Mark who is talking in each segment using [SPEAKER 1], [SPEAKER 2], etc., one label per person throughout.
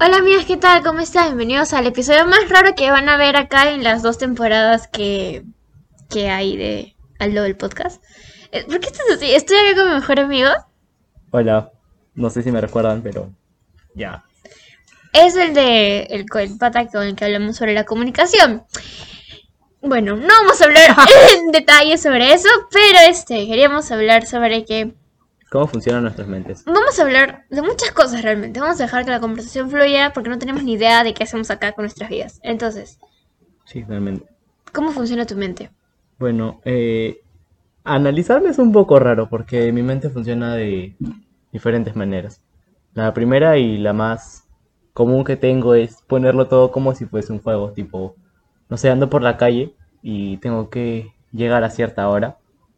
[SPEAKER 1] Hola amigos, ¿qué tal? ¿Cómo están? Bienvenidos al episodio más raro que van a ver acá en las dos temporadas que, que hay de Aldo del podcast. Eh, ¿Por qué estás así? Estoy acá con mi mejor amigo.
[SPEAKER 2] Hola, no sé si me recuerdan, pero ya.
[SPEAKER 1] Es el de el, co- el pata con el que hablamos sobre la comunicación. Bueno, no vamos a hablar en detalle sobre eso, pero este, queríamos hablar sobre que
[SPEAKER 2] ¿Cómo funcionan nuestras mentes?
[SPEAKER 1] Vamos a hablar de muchas cosas realmente. Vamos a dejar que la conversación fluya porque no tenemos ni idea de qué hacemos acá con nuestras vidas. Entonces,
[SPEAKER 2] Sí, realmente.
[SPEAKER 1] ¿cómo funciona tu mente?
[SPEAKER 2] Bueno, eh, analizarme es un poco raro porque mi mente funciona de diferentes maneras. La primera y la más común que tengo es ponerlo todo como si fuese un juego, tipo, no sé, ando por la calle y tengo que llegar a cierta hora.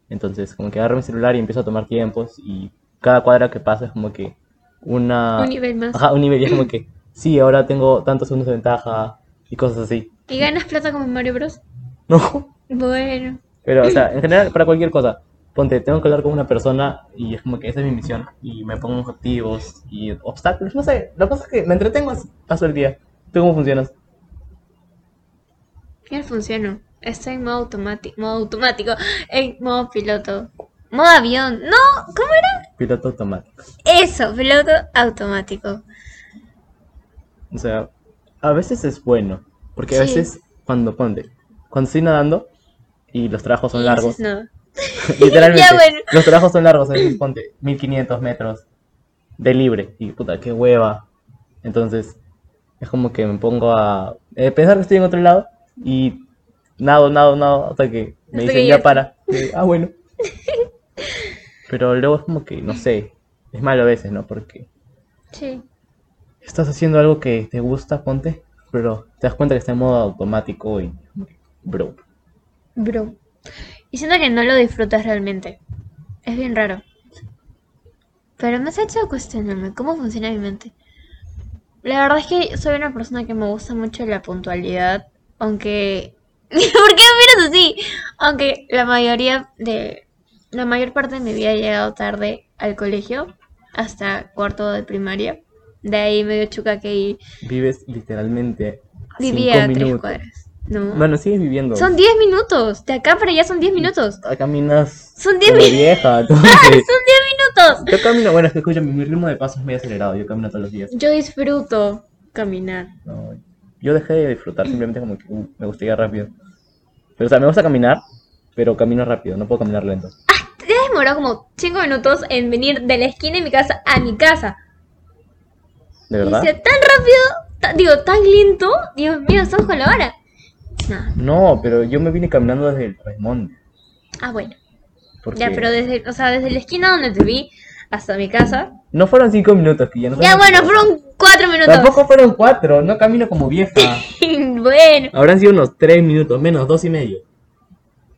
[SPEAKER 2] Entonces, como que agarro mi celular y empiezo a tomar tiempos y cada cuadra que pasa es como que una...
[SPEAKER 1] Un nivel más.
[SPEAKER 2] Ajá, un nivel y es como que, sí, ahora tengo tantos segundos de ventaja y cosas así.
[SPEAKER 1] ¿Y ganas plata como en Mario Bros?
[SPEAKER 2] No,
[SPEAKER 1] Bueno.
[SPEAKER 2] pero, o sea, en general, para cualquier cosa. Ponte, tengo que hablar con una persona y es como que esa es mi misión. Y me pongo objetivos y obstáculos, no sé. La cosa es que me entretengo así, paso el día. ¿Tú cómo funcionas?
[SPEAKER 1] Ya funciona. Está en modo automático. Modo automático. En modo piloto. Modo avión. No, ¿cómo era?
[SPEAKER 2] Piloto automático.
[SPEAKER 1] Eso, piloto automático.
[SPEAKER 2] O sea, a veces es bueno. Porque a
[SPEAKER 1] Sí.
[SPEAKER 2] veces, cuando ponte, cuando estoy nadando y los trabajos son
[SPEAKER 1] Y
[SPEAKER 2] largos,
[SPEAKER 1] dices, no.
[SPEAKER 2] Literalmente.
[SPEAKER 1] Ya, bueno.
[SPEAKER 2] Los trabajos son largos, entonces ponte 1500 metros de libre. Y puta, qué hueva. Entonces, es como que me pongo a eh, pensar que estoy en otro lado y nado, nado, nado, hasta que
[SPEAKER 1] Hasta
[SPEAKER 2] me dicen
[SPEAKER 1] que
[SPEAKER 2] ya
[SPEAKER 1] ya-
[SPEAKER 2] para. Y, ah, bueno. Pero luego es como que, no sé, es malo a veces, ¿no? Porque
[SPEAKER 1] Sí.
[SPEAKER 2] estás haciendo algo que te gusta, ponte, pero te das cuenta que está en modo automático y, bro,
[SPEAKER 1] Bro. Y siento que no lo disfrutas realmente. Es bien raro. Pero me has hecho cuestionarme cómo funciona mi mente. La verdad es que soy una persona que me gusta mucho la puntualidad. Aunque. ¿Por qué me miras así? Aunque la mayoría de. La mayor parte de mi vida he llegado tarde al colegio. Hasta cuarto de primaria. De ahí medio chuca que ahí
[SPEAKER 2] vives literalmente a
[SPEAKER 1] vivía a
[SPEAKER 2] cinco
[SPEAKER 1] tres
[SPEAKER 2] minutos.
[SPEAKER 1] cuadras. No.
[SPEAKER 2] Bueno, sigues viviendo.
[SPEAKER 1] Son 10 minutos. De acá para allá son 10 minutos.
[SPEAKER 2] Ah, caminas
[SPEAKER 1] Son Ah, 10
[SPEAKER 2] como
[SPEAKER 1] minutos.
[SPEAKER 2] vieja,
[SPEAKER 1] Son
[SPEAKER 2] entonces.
[SPEAKER 1] 10 minutos.
[SPEAKER 2] Yo camino, bueno, es que escucha, mi ritmo de paso es muy acelerado, yo camino todos los días.
[SPEAKER 1] Yo disfruto caminar.
[SPEAKER 2] No, yo dejé de disfrutar, simplemente como que uh, me gusta ir rápido. Pero, o sea, me gusta caminar, pero camino rápido, no puedo caminar lento.
[SPEAKER 1] Te has demorado como 5 minutos en venir de la esquina de mi casa a mi casa.
[SPEAKER 2] ¿De
[SPEAKER 1] Y
[SPEAKER 2] verdad?
[SPEAKER 1] sea tan rápido, ta- digo, tan lento. Dios mío, estamos con la hora. No.
[SPEAKER 2] No, pero yo me vine caminando desde el Raymond.
[SPEAKER 1] Ah, bueno.
[SPEAKER 2] Porque
[SPEAKER 1] Ya, pero desde, o sea, desde la esquina donde te vi hasta mi casa.
[SPEAKER 2] no fueron cinco minutos, que ya no
[SPEAKER 1] Ya,
[SPEAKER 2] sabemos
[SPEAKER 1] bueno,
[SPEAKER 2] cómo.
[SPEAKER 1] fueron 4 minutos.
[SPEAKER 2] Tampoco fueron cuatro, no camino como vieja.
[SPEAKER 1] bueno.
[SPEAKER 2] Habrán sido unos tres minutos, menos dos y medio.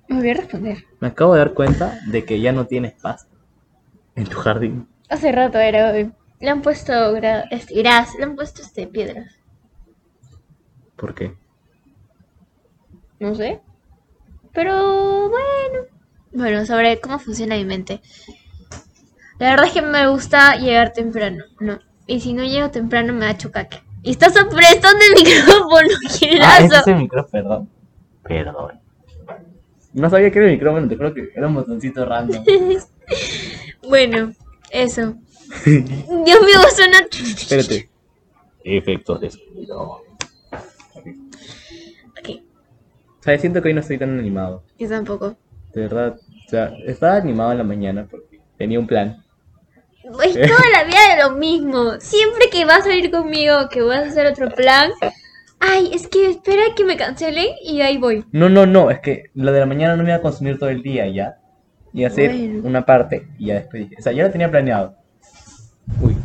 [SPEAKER 1] Me voy a responder.
[SPEAKER 2] Me acabo de dar cuenta de que ya no tienes paz en tu jardín.
[SPEAKER 1] Hace rato era hoy. Le han puesto gra- este, gras, le han puesto este, piedras.
[SPEAKER 2] ¿Por qué?
[SPEAKER 1] No sé. Pero bueno. Bueno, sobre cómo funciona mi mente. La verdad es que me gusta llegar temprano. No. Y si no llego temprano me da chocaque. Y estás aprestando el micrófono,
[SPEAKER 2] Ah, ese es
[SPEAKER 1] gilazo.
[SPEAKER 2] el micrófono, perdón. Perdón. No sabía que era el micrófono, te creo que era un botoncito random.
[SPEAKER 1] Bueno, eso. Dios mío, suena.
[SPEAKER 2] Espérate. Efectos de sonido.
[SPEAKER 1] Ok,
[SPEAKER 2] O sea, siento que hoy no estoy tan animado.
[SPEAKER 1] yo tampoco.
[SPEAKER 2] De verdad. O sea, estaba animado en la mañana porque tenía un plan.
[SPEAKER 1] Es
[SPEAKER 2] Eh.
[SPEAKER 1] toda la vida de lo mismo. Siempre que vas a ir conmigo, que vas a hacer otro plan. Ay, es que espera que me cancelen y ahí voy.
[SPEAKER 2] No, no, no, es que lo de la mañana no me iba a consumir todo el día ya. Y hacer
[SPEAKER 1] Bueno.
[SPEAKER 2] una parte y ya después dije. O sea, ya lo tenía planeado. Uy.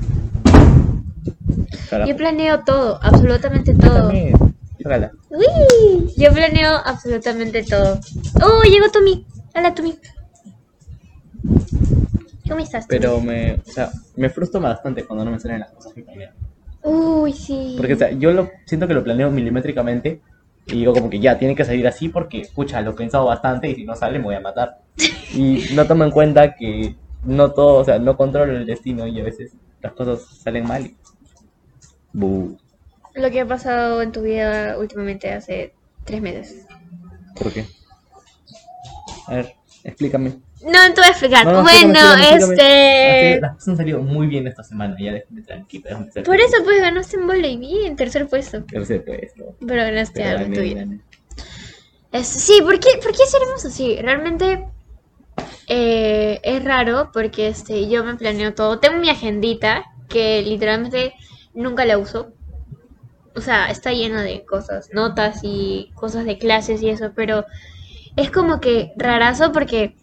[SPEAKER 2] Carajo.
[SPEAKER 1] Yo planeo todo, absolutamente todo.
[SPEAKER 2] También. Tócala.
[SPEAKER 1] Uy, yo planeo absolutamente todo. ¡Oh, llegó Tommy! ¡Hola, Tommy! ¿Cómo estás, Tommy?
[SPEAKER 2] Pero me, o sea, me frustro bastante cuando no me salen las cosas que planeo.
[SPEAKER 1] Uy, sí.
[SPEAKER 2] Porque, o sea, yo lo, siento que lo planeo milimétricamente y digo como que ya, tiene que salir así porque, escucha, lo he pensado bastante y si no sale me voy a matar. Y no tomo en cuenta que no todo, o sea, no controlo el destino y a veces las cosas salen mal. Y... Bu.
[SPEAKER 1] lo que ha pasado en tu vida últimamente hace tres meses.
[SPEAKER 2] ¿Por qué? A ver, explícame.
[SPEAKER 1] No, no te voy a explicar.
[SPEAKER 2] No, no,
[SPEAKER 1] Ah, bueno,
[SPEAKER 2] explícame, Ah, explícame,
[SPEAKER 1] este...
[SPEAKER 2] Las cosas han salido muy bien esta semana, ya déjame tranquila. déjame ser
[SPEAKER 1] Por eso pues ganaste en volei bien, tercer puesto.
[SPEAKER 2] Tercer puesto.
[SPEAKER 1] Pero ganaste
[SPEAKER 2] Pero
[SPEAKER 1] algo en tu
[SPEAKER 2] gané,
[SPEAKER 1] vida.
[SPEAKER 2] gané.
[SPEAKER 1] Es- sí, ¿por qué, ¿por qué seremos así? Realmente eh, es raro porque este, yo me planeo todo. Tengo mi agendita que literalmente nunca la uso. O sea, está llena de cosas, notas y cosas de clases y eso, pero es como que rarazo porque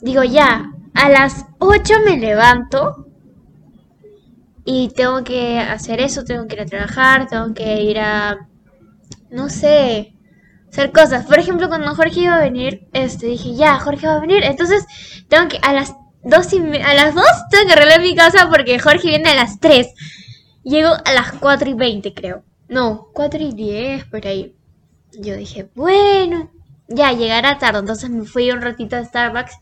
[SPEAKER 1] digo ya, a las 8 me levanto y tengo que hacer eso, tengo que ir a trabajar, tengo que ir a, no sé, hacer cosas. Por ejemplo, cuando Jorge iba a venir, este, dije, ya, Jorge va a venir. Entonces, tengo que, a las dos y me- a las dos tengo que arreglar mi casa porque Jorge viene a las 3. Llego a las 4 y 20, creo. No, 4 y 10, por ahí. Yo dije, bueno, ya llegará tarde. Entonces me fui un ratito a Starbucks.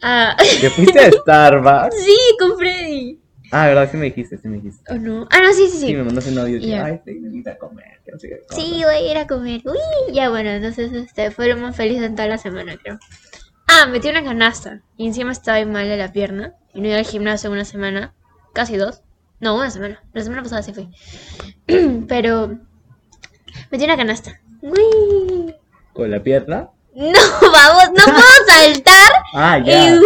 [SPEAKER 1] Ah,
[SPEAKER 2] ¿Te fuiste a Starbucks?
[SPEAKER 1] sí, con Freddy.
[SPEAKER 2] Ah, verdad, sí me dijiste, sí me dijiste.
[SPEAKER 1] ¿O no? Ah, no, sí, sí,
[SPEAKER 2] Sí,
[SPEAKER 1] sí.
[SPEAKER 2] me mandaste un audio. dije,
[SPEAKER 1] Ya.
[SPEAKER 2] Ay, te invito a comer. que no sé qué cosa.
[SPEAKER 1] Sí, voy a ir a comer. Uy, ya bueno, entonces este, fue lo más feliz de toda la semana, creo. Ah, metí una canasta. Y encima estaba mal de la pierna. Y no iba al gimnasio una semana. Casi dos. No, una semana. La semana pasada sí fui. Pero metí una canasta. Uy.
[SPEAKER 2] ¿Con la pierna?
[SPEAKER 1] No, vamos, no puedo saltar.
[SPEAKER 2] Ah,
[SPEAKER 1] Y,
[SPEAKER 2] ya.
[SPEAKER 1] ¡uh!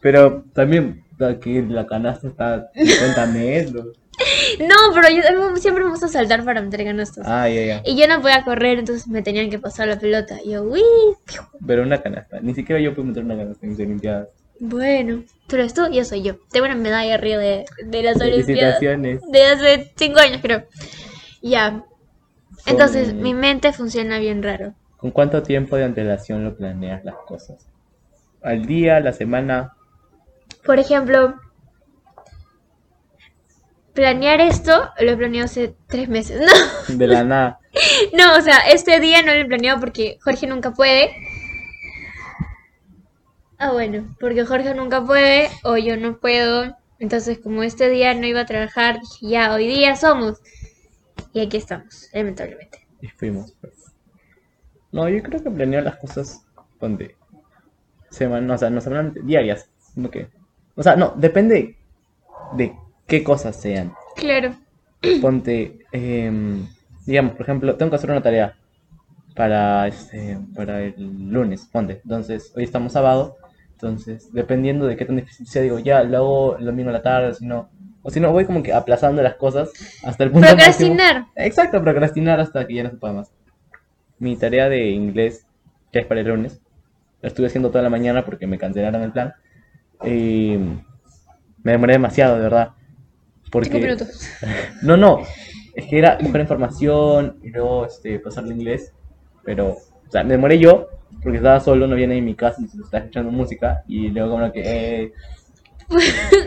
[SPEAKER 2] Pero también aquí la canasta está a 50 metros.
[SPEAKER 1] no, pero yo a mí siempre me gusta saltar para meter canastas.
[SPEAKER 2] Ah, ya, ya.
[SPEAKER 1] Y yo no podía correr, entonces me tenían que pasar la pelota. Y yo, uy.
[SPEAKER 2] Pero una canasta. Ni siquiera yo puedo meter una canasta en mis Olimpiadas.
[SPEAKER 1] Bueno, pero esto yo soy yo. Tengo una medalla arriba de, de las Olimpiadas
[SPEAKER 2] Felicitaciones.
[SPEAKER 1] de hace cinco años, creo. Ya. Entonces,
[SPEAKER 2] Con-
[SPEAKER 1] mi mente funciona bien raro.
[SPEAKER 2] ¿Con cuánto tiempo de antelación lo planeas las cosas? ¿Al día, la semana?
[SPEAKER 1] Por ejemplo, planear esto lo planeé hace tres meses. No,
[SPEAKER 2] De la nada.
[SPEAKER 1] no, o sea, este día no lo planeo porque Jorge nunca puede. Ah, bueno, porque Jorge nunca puede o yo no puedo. Entonces, como este día no iba a trabajar, dije, ya, hoy día somos. Y aquí estamos, lamentablemente.
[SPEAKER 2] Y fuimos, pues. No, yo creo que planeo las cosas donde semana, o sea, no seman- diarias, sino que, o sea, no, depende de qué cosas sean.
[SPEAKER 1] Claro.
[SPEAKER 2] Ponte, em, digamos, por ejemplo, tengo que hacer una tarea para este, para el lunes, ponte. Entonces, hoy estamos sábado, entonces, dependiendo de qué tan difícil sea, digo, ya lo hago el domingo en la tarde, o si no, o si no, voy como que aplazando las cosas hasta el punto máximo.
[SPEAKER 1] Procrastinar.
[SPEAKER 2] Exacto, procrastinar hasta que ya no se pueda más. Mi tarea de inglés ya es para el lunes. La estuve haciendo toda la mañana porque me cancelaron el plan. Y me demoré demasiado, de verdad.
[SPEAKER 1] Cinco
[SPEAKER 2] Porque...
[SPEAKER 1] minutos.
[SPEAKER 2] No, no. Es que era buscar información y luego este, pasarlo en inglés. Pero, o sea, me demoré yo porque estaba solo, no había nadie en mi casa, se estaba escuchando música. Y luego como que, eh,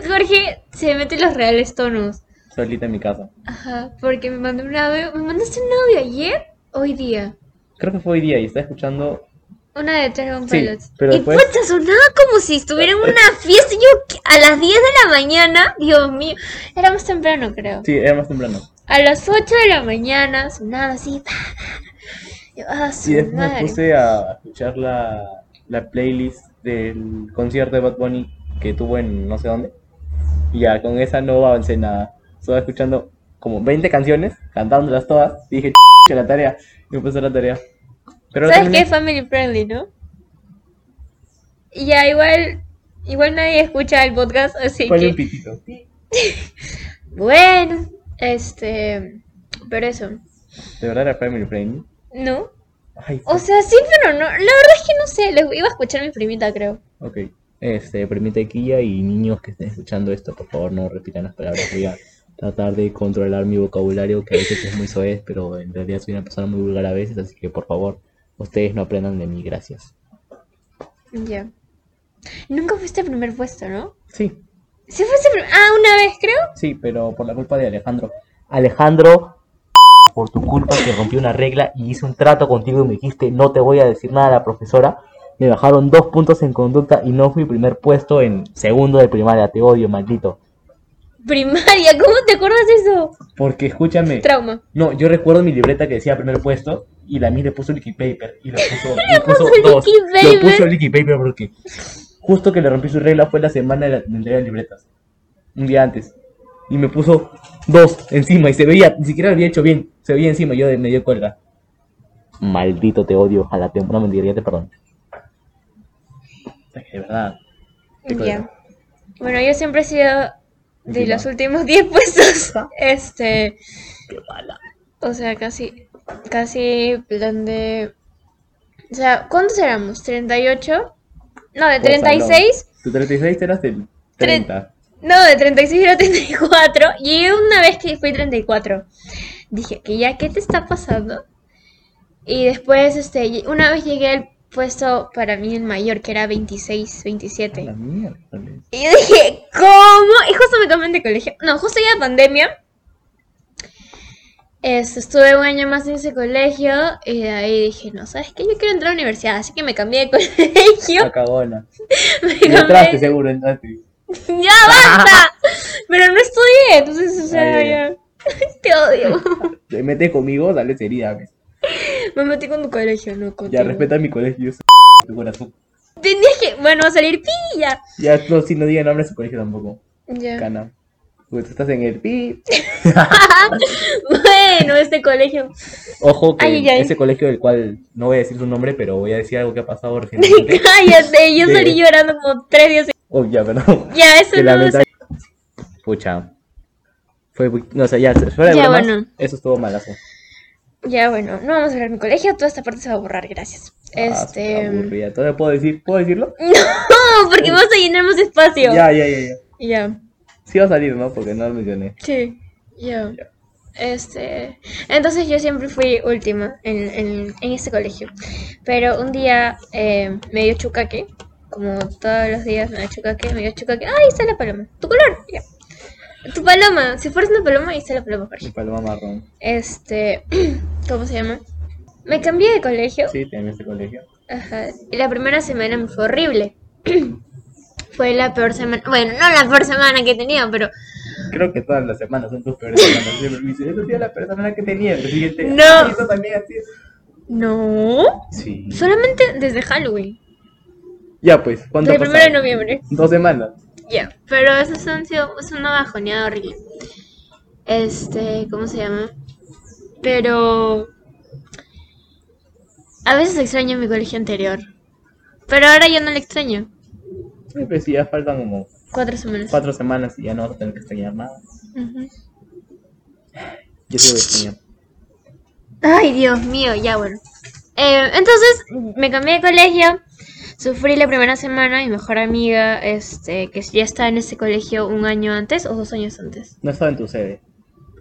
[SPEAKER 1] Jorge se mete los reales tonos.
[SPEAKER 2] solita en mi casa.
[SPEAKER 1] Ajá, porque me mandó un audio. ¿Me mandaste un audio ayer? Hoy día.
[SPEAKER 2] Creo que fue hoy día y estaba escuchando
[SPEAKER 1] Una de Dragon
[SPEAKER 2] Sí,
[SPEAKER 1] Pilots.
[SPEAKER 2] pero
[SPEAKER 1] y
[SPEAKER 2] después-
[SPEAKER 1] puta, sonaba como si estuviera en una fiesta. Yo ¿qué? a las 10 de la mañana, Dios mío, era más temprano, creo.
[SPEAKER 2] Sí, era más temprano.
[SPEAKER 1] A las 8 de la mañana sonaba así. pa, pa, pa. Yo, ah, su
[SPEAKER 2] Y después me
[SPEAKER 1] madre.
[SPEAKER 2] puse a escuchar la, la playlist del concierto de Bad Bunny que tuvo en no sé dónde. Y ya con esa no avancé nada. Estaba escuchando como 20 canciones, cantándolas todas. Y dije, "Ch- la tarea. Y me puse la tarea. Pero la
[SPEAKER 1] ¿Sabes
[SPEAKER 2] terminé.
[SPEAKER 1] qué? Family friendly, ¿no? Y Ya, igual. Igual nadie escucha el podcast, así
[SPEAKER 2] Ponle
[SPEAKER 1] que.
[SPEAKER 2] un pitito.
[SPEAKER 1] Bueno, este. Pero eso,
[SPEAKER 2] De verdad era Family Friendly.
[SPEAKER 1] ¿no?
[SPEAKER 2] Ay,
[SPEAKER 1] O
[SPEAKER 2] sí.
[SPEAKER 1] sea, sí, pero no. La verdad es que no sé. Lo iba a escuchar mi primita, creo.
[SPEAKER 2] Ok. Este, permite Kia y niños que estén escuchando esto, por favor, no repitan las palabras. Voy a tratar de controlar mi vocabulario, que a veces es muy soez, pero en realidad soy una persona muy vulgar a veces, así que por favor, ustedes no aprendan de mí, gracias.
[SPEAKER 1] Ya. Nunca fuiste primer puesto, ¿no?
[SPEAKER 2] Sí,
[SPEAKER 1] Sí, fuiste primer. Ah, una vez, creo.
[SPEAKER 2] sí, pero por la culpa de Alejandro. Alejandro, por tu culpa que rompí una regla y hice un trato contigo y me dijiste no te voy a decir nada a la profesora. Me bajaron dos puntos en conducta y no fui primer puesto en segundo de primaria. Te odio, maldito.
[SPEAKER 1] Primaria, ¿cómo te acuerdas de eso?
[SPEAKER 2] Porque escúchame.
[SPEAKER 1] Trauma.
[SPEAKER 2] No, yo recuerdo mi libreta que decía primer puesto y la mía le puso Licky Paper y le puso, le
[SPEAKER 1] puso
[SPEAKER 2] puso dos.
[SPEAKER 1] Licky
[SPEAKER 2] Le puso
[SPEAKER 1] Paper.
[SPEAKER 2] Licky Paper porque justo que le rompí su regla fue la semana de la de la entrega de libretas. Un día antes. Y me puso dos encima y se veía, ni siquiera lo había hecho bien. Se veía encima, yo de- me dio cuelga. Maldito te odio, ojalá te una mentiría, te perdón. De verdad. Qué
[SPEAKER 1] Ya.
[SPEAKER 2] cosa.
[SPEAKER 1] Bueno, yo siempre he sido de
[SPEAKER 2] Encima.
[SPEAKER 1] los últimos 10 puestos. Este.
[SPEAKER 2] Qué mala.
[SPEAKER 1] O sea, casi. Casi plan de. O sea, ¿cuántos éramos? ¿38? No, de 36.
[SPEAKER 2] Tu 36 te eras del 30.
[SPEAKER 1] No, de 36 era 34. Y una vez que fui 34, dije que ya, ¿qué te está pasando? Y después, este, y- una vez llegué al puesto para mí el mayor, que era 26,
[SPEAKER 2] A Ah, la
[SPEAKER 1] 27.
[SPEAKER 2] mierda.
[SPEAKER 1] Y yo dije, ¿cómo? Y justo me cambié de colegio. No, justo ya pandemia. Este, estuve un año más en ese colegio y de ahí dije, no, ¿sabes qué? Yo quiero entrar a la universidad, así que me cambié de colegio.
[SPEAKER 2] Acabona.
[SPEAKER 1] Me
[SPEAKER 2] Ah, Y entraste,
[SPEAKER 1] cambié.
[SPEAKER 2] seguro, entraste.
[SPEAKER 1] ¡Ya basta! Pero no estudié, entonces, o sea,
[SPEAKER 2] Ah, ya,
[SPEAKER 1] ya. Te odio.
[SPEAKER 2] Te metes conmigo, dale seriedad. pues.
[SPEAKER 1] Me metí con tu colegio, no
[SPEAKER 2] Ya
[SPEAKER 1] contigo.
[SPEAKER 2] respeta mi colegio, yo soy tu corazón.
[SPEAKER 1] Tenías que, bueno, va a salir pilla.
[SPEAKER 2] Ya no, si no diga nombre de su colegio tampoco.
[SPEAKER 1] Ya.
[SPEAKER 2] Cana. Porque tú estás en el pi.
[SPEAKER 1] Bueno, este colegio.
[SPEAKER 2] Ojo que
[SPEAKER 1] Ay, ay, ay.
[SPEAKER 2] ese colegio del cual no voy a decir su nombre, pero voy a decir algo que ha pasado recientemente.
[SPEAKER 1] Cállate, yo
[SPEAKER 2] Sí.
[SPEAKER 1] salí llorando como tres días.
[SPEAKER 2] oh, ya, perdón.
[SPEAKER 1] Ya, eso
[SPEAKER 2] que
[SPEAKER 1] no es
[SPEAKER 2] lamenta- Pucha. Fue, bu- no, o sea, ya, fuera de
[SPEAKER 1] Ya,
[SPEAKER 2] bromas,
[SPEAKER 1] bueno.
[SPEAKER 2] eso estuvo malazo.
[SPEAKER 1] Ya, bueno, no vamos a hablar de mi colegio, toda esta parte se va a borrar, gracias.
[SPEAKER 2] Ah,
[SPEAKER 1] este.
[SPEAKER 2] aburrida. ¿Todavía puedo decir? ¿Puedo decirlo?
[SPEAKER 1] No, porque vamos a llenar más espacio.
[SPEAKER 2] Ya, ya, ya, ya.
[SPEAKER 1] Ya,
[SPEAKER 2] Sí va a salir, ¿no? Porque no lo mencioné.
[SPEAKER 1] sí, ya.
[SPEAKER 2] Ya.
[SPEAKER 1] Este. Entonces yo siempre fui última en, en, en este colegio. Pero un día eh, me dio chucaque, como todos los días me dio chucaque, me dio chucaque. ¡Ay, está la paloma! ¡Tu color! Ya. Tu paloma, si fueras una paloma, ahí está la paloma, Jorge.
[SPEAKER 2] Mi paloma marrón.
[SPEAKER 1] Este. ¿Cómo se llama? Me cambié de colegio.
[SPEAKER 2] Sí, tenía ese colegio.
[SPEAKER 1] Ajá. Y la primera semana me fue horrible. fue la peor semana. Bueno, no la peor semana que he tenido, pero.
[SPEAKER 2] Creo que todas las semanas son tus peores semanas. Siempre me dice, esa tía la persona que tenía. El siguiente,
[SPEAKER 1] No.
[SPEAKER 2] "Ah, eso también así es".
[SPEAKER 1] No.
[SPEAKER 2] Sí.
[SPEAKER 1] Solamente desde Halloween.
[SPEAKER 2] Ya, pues, ¿cuánto
[SPEAKER 1] Del
[SPEAKER 2] ha
[SPEAKER 1] 1
[SPEAKER 2] pasado?
[SPEAKER 1] de noviembre.
[SPEAKER 2] Dos semanas.
[SPEAKER 1] Ya. Pero eso han sido. Es una bajoneada horrible. Este. ¿Cómo se llama? Pero. A veces extraño mi colegio anterior. Pero ahora yo no le extraño.
[SPEAKER 2] Sí, pues sí, ya faltan como
[SPEAKER 1] Cuatro semanas.
[SPEAKER 2] cuatro semanas y ya no vas a tener que extrañar nada.
[SPEAKER 1] Ujú.
[SPEAKER 2] Yo sigo extrañando.
[SPEAKER 1] Ay, Dios mío, ya bueno. Eh, entonces me cambié de colegio, sufrí la primera semana, mi mejor amiga, este, que ya estaba en ese colegio un año antes o dos años antes.
[SPEAKER 2] No estaba en tu sede.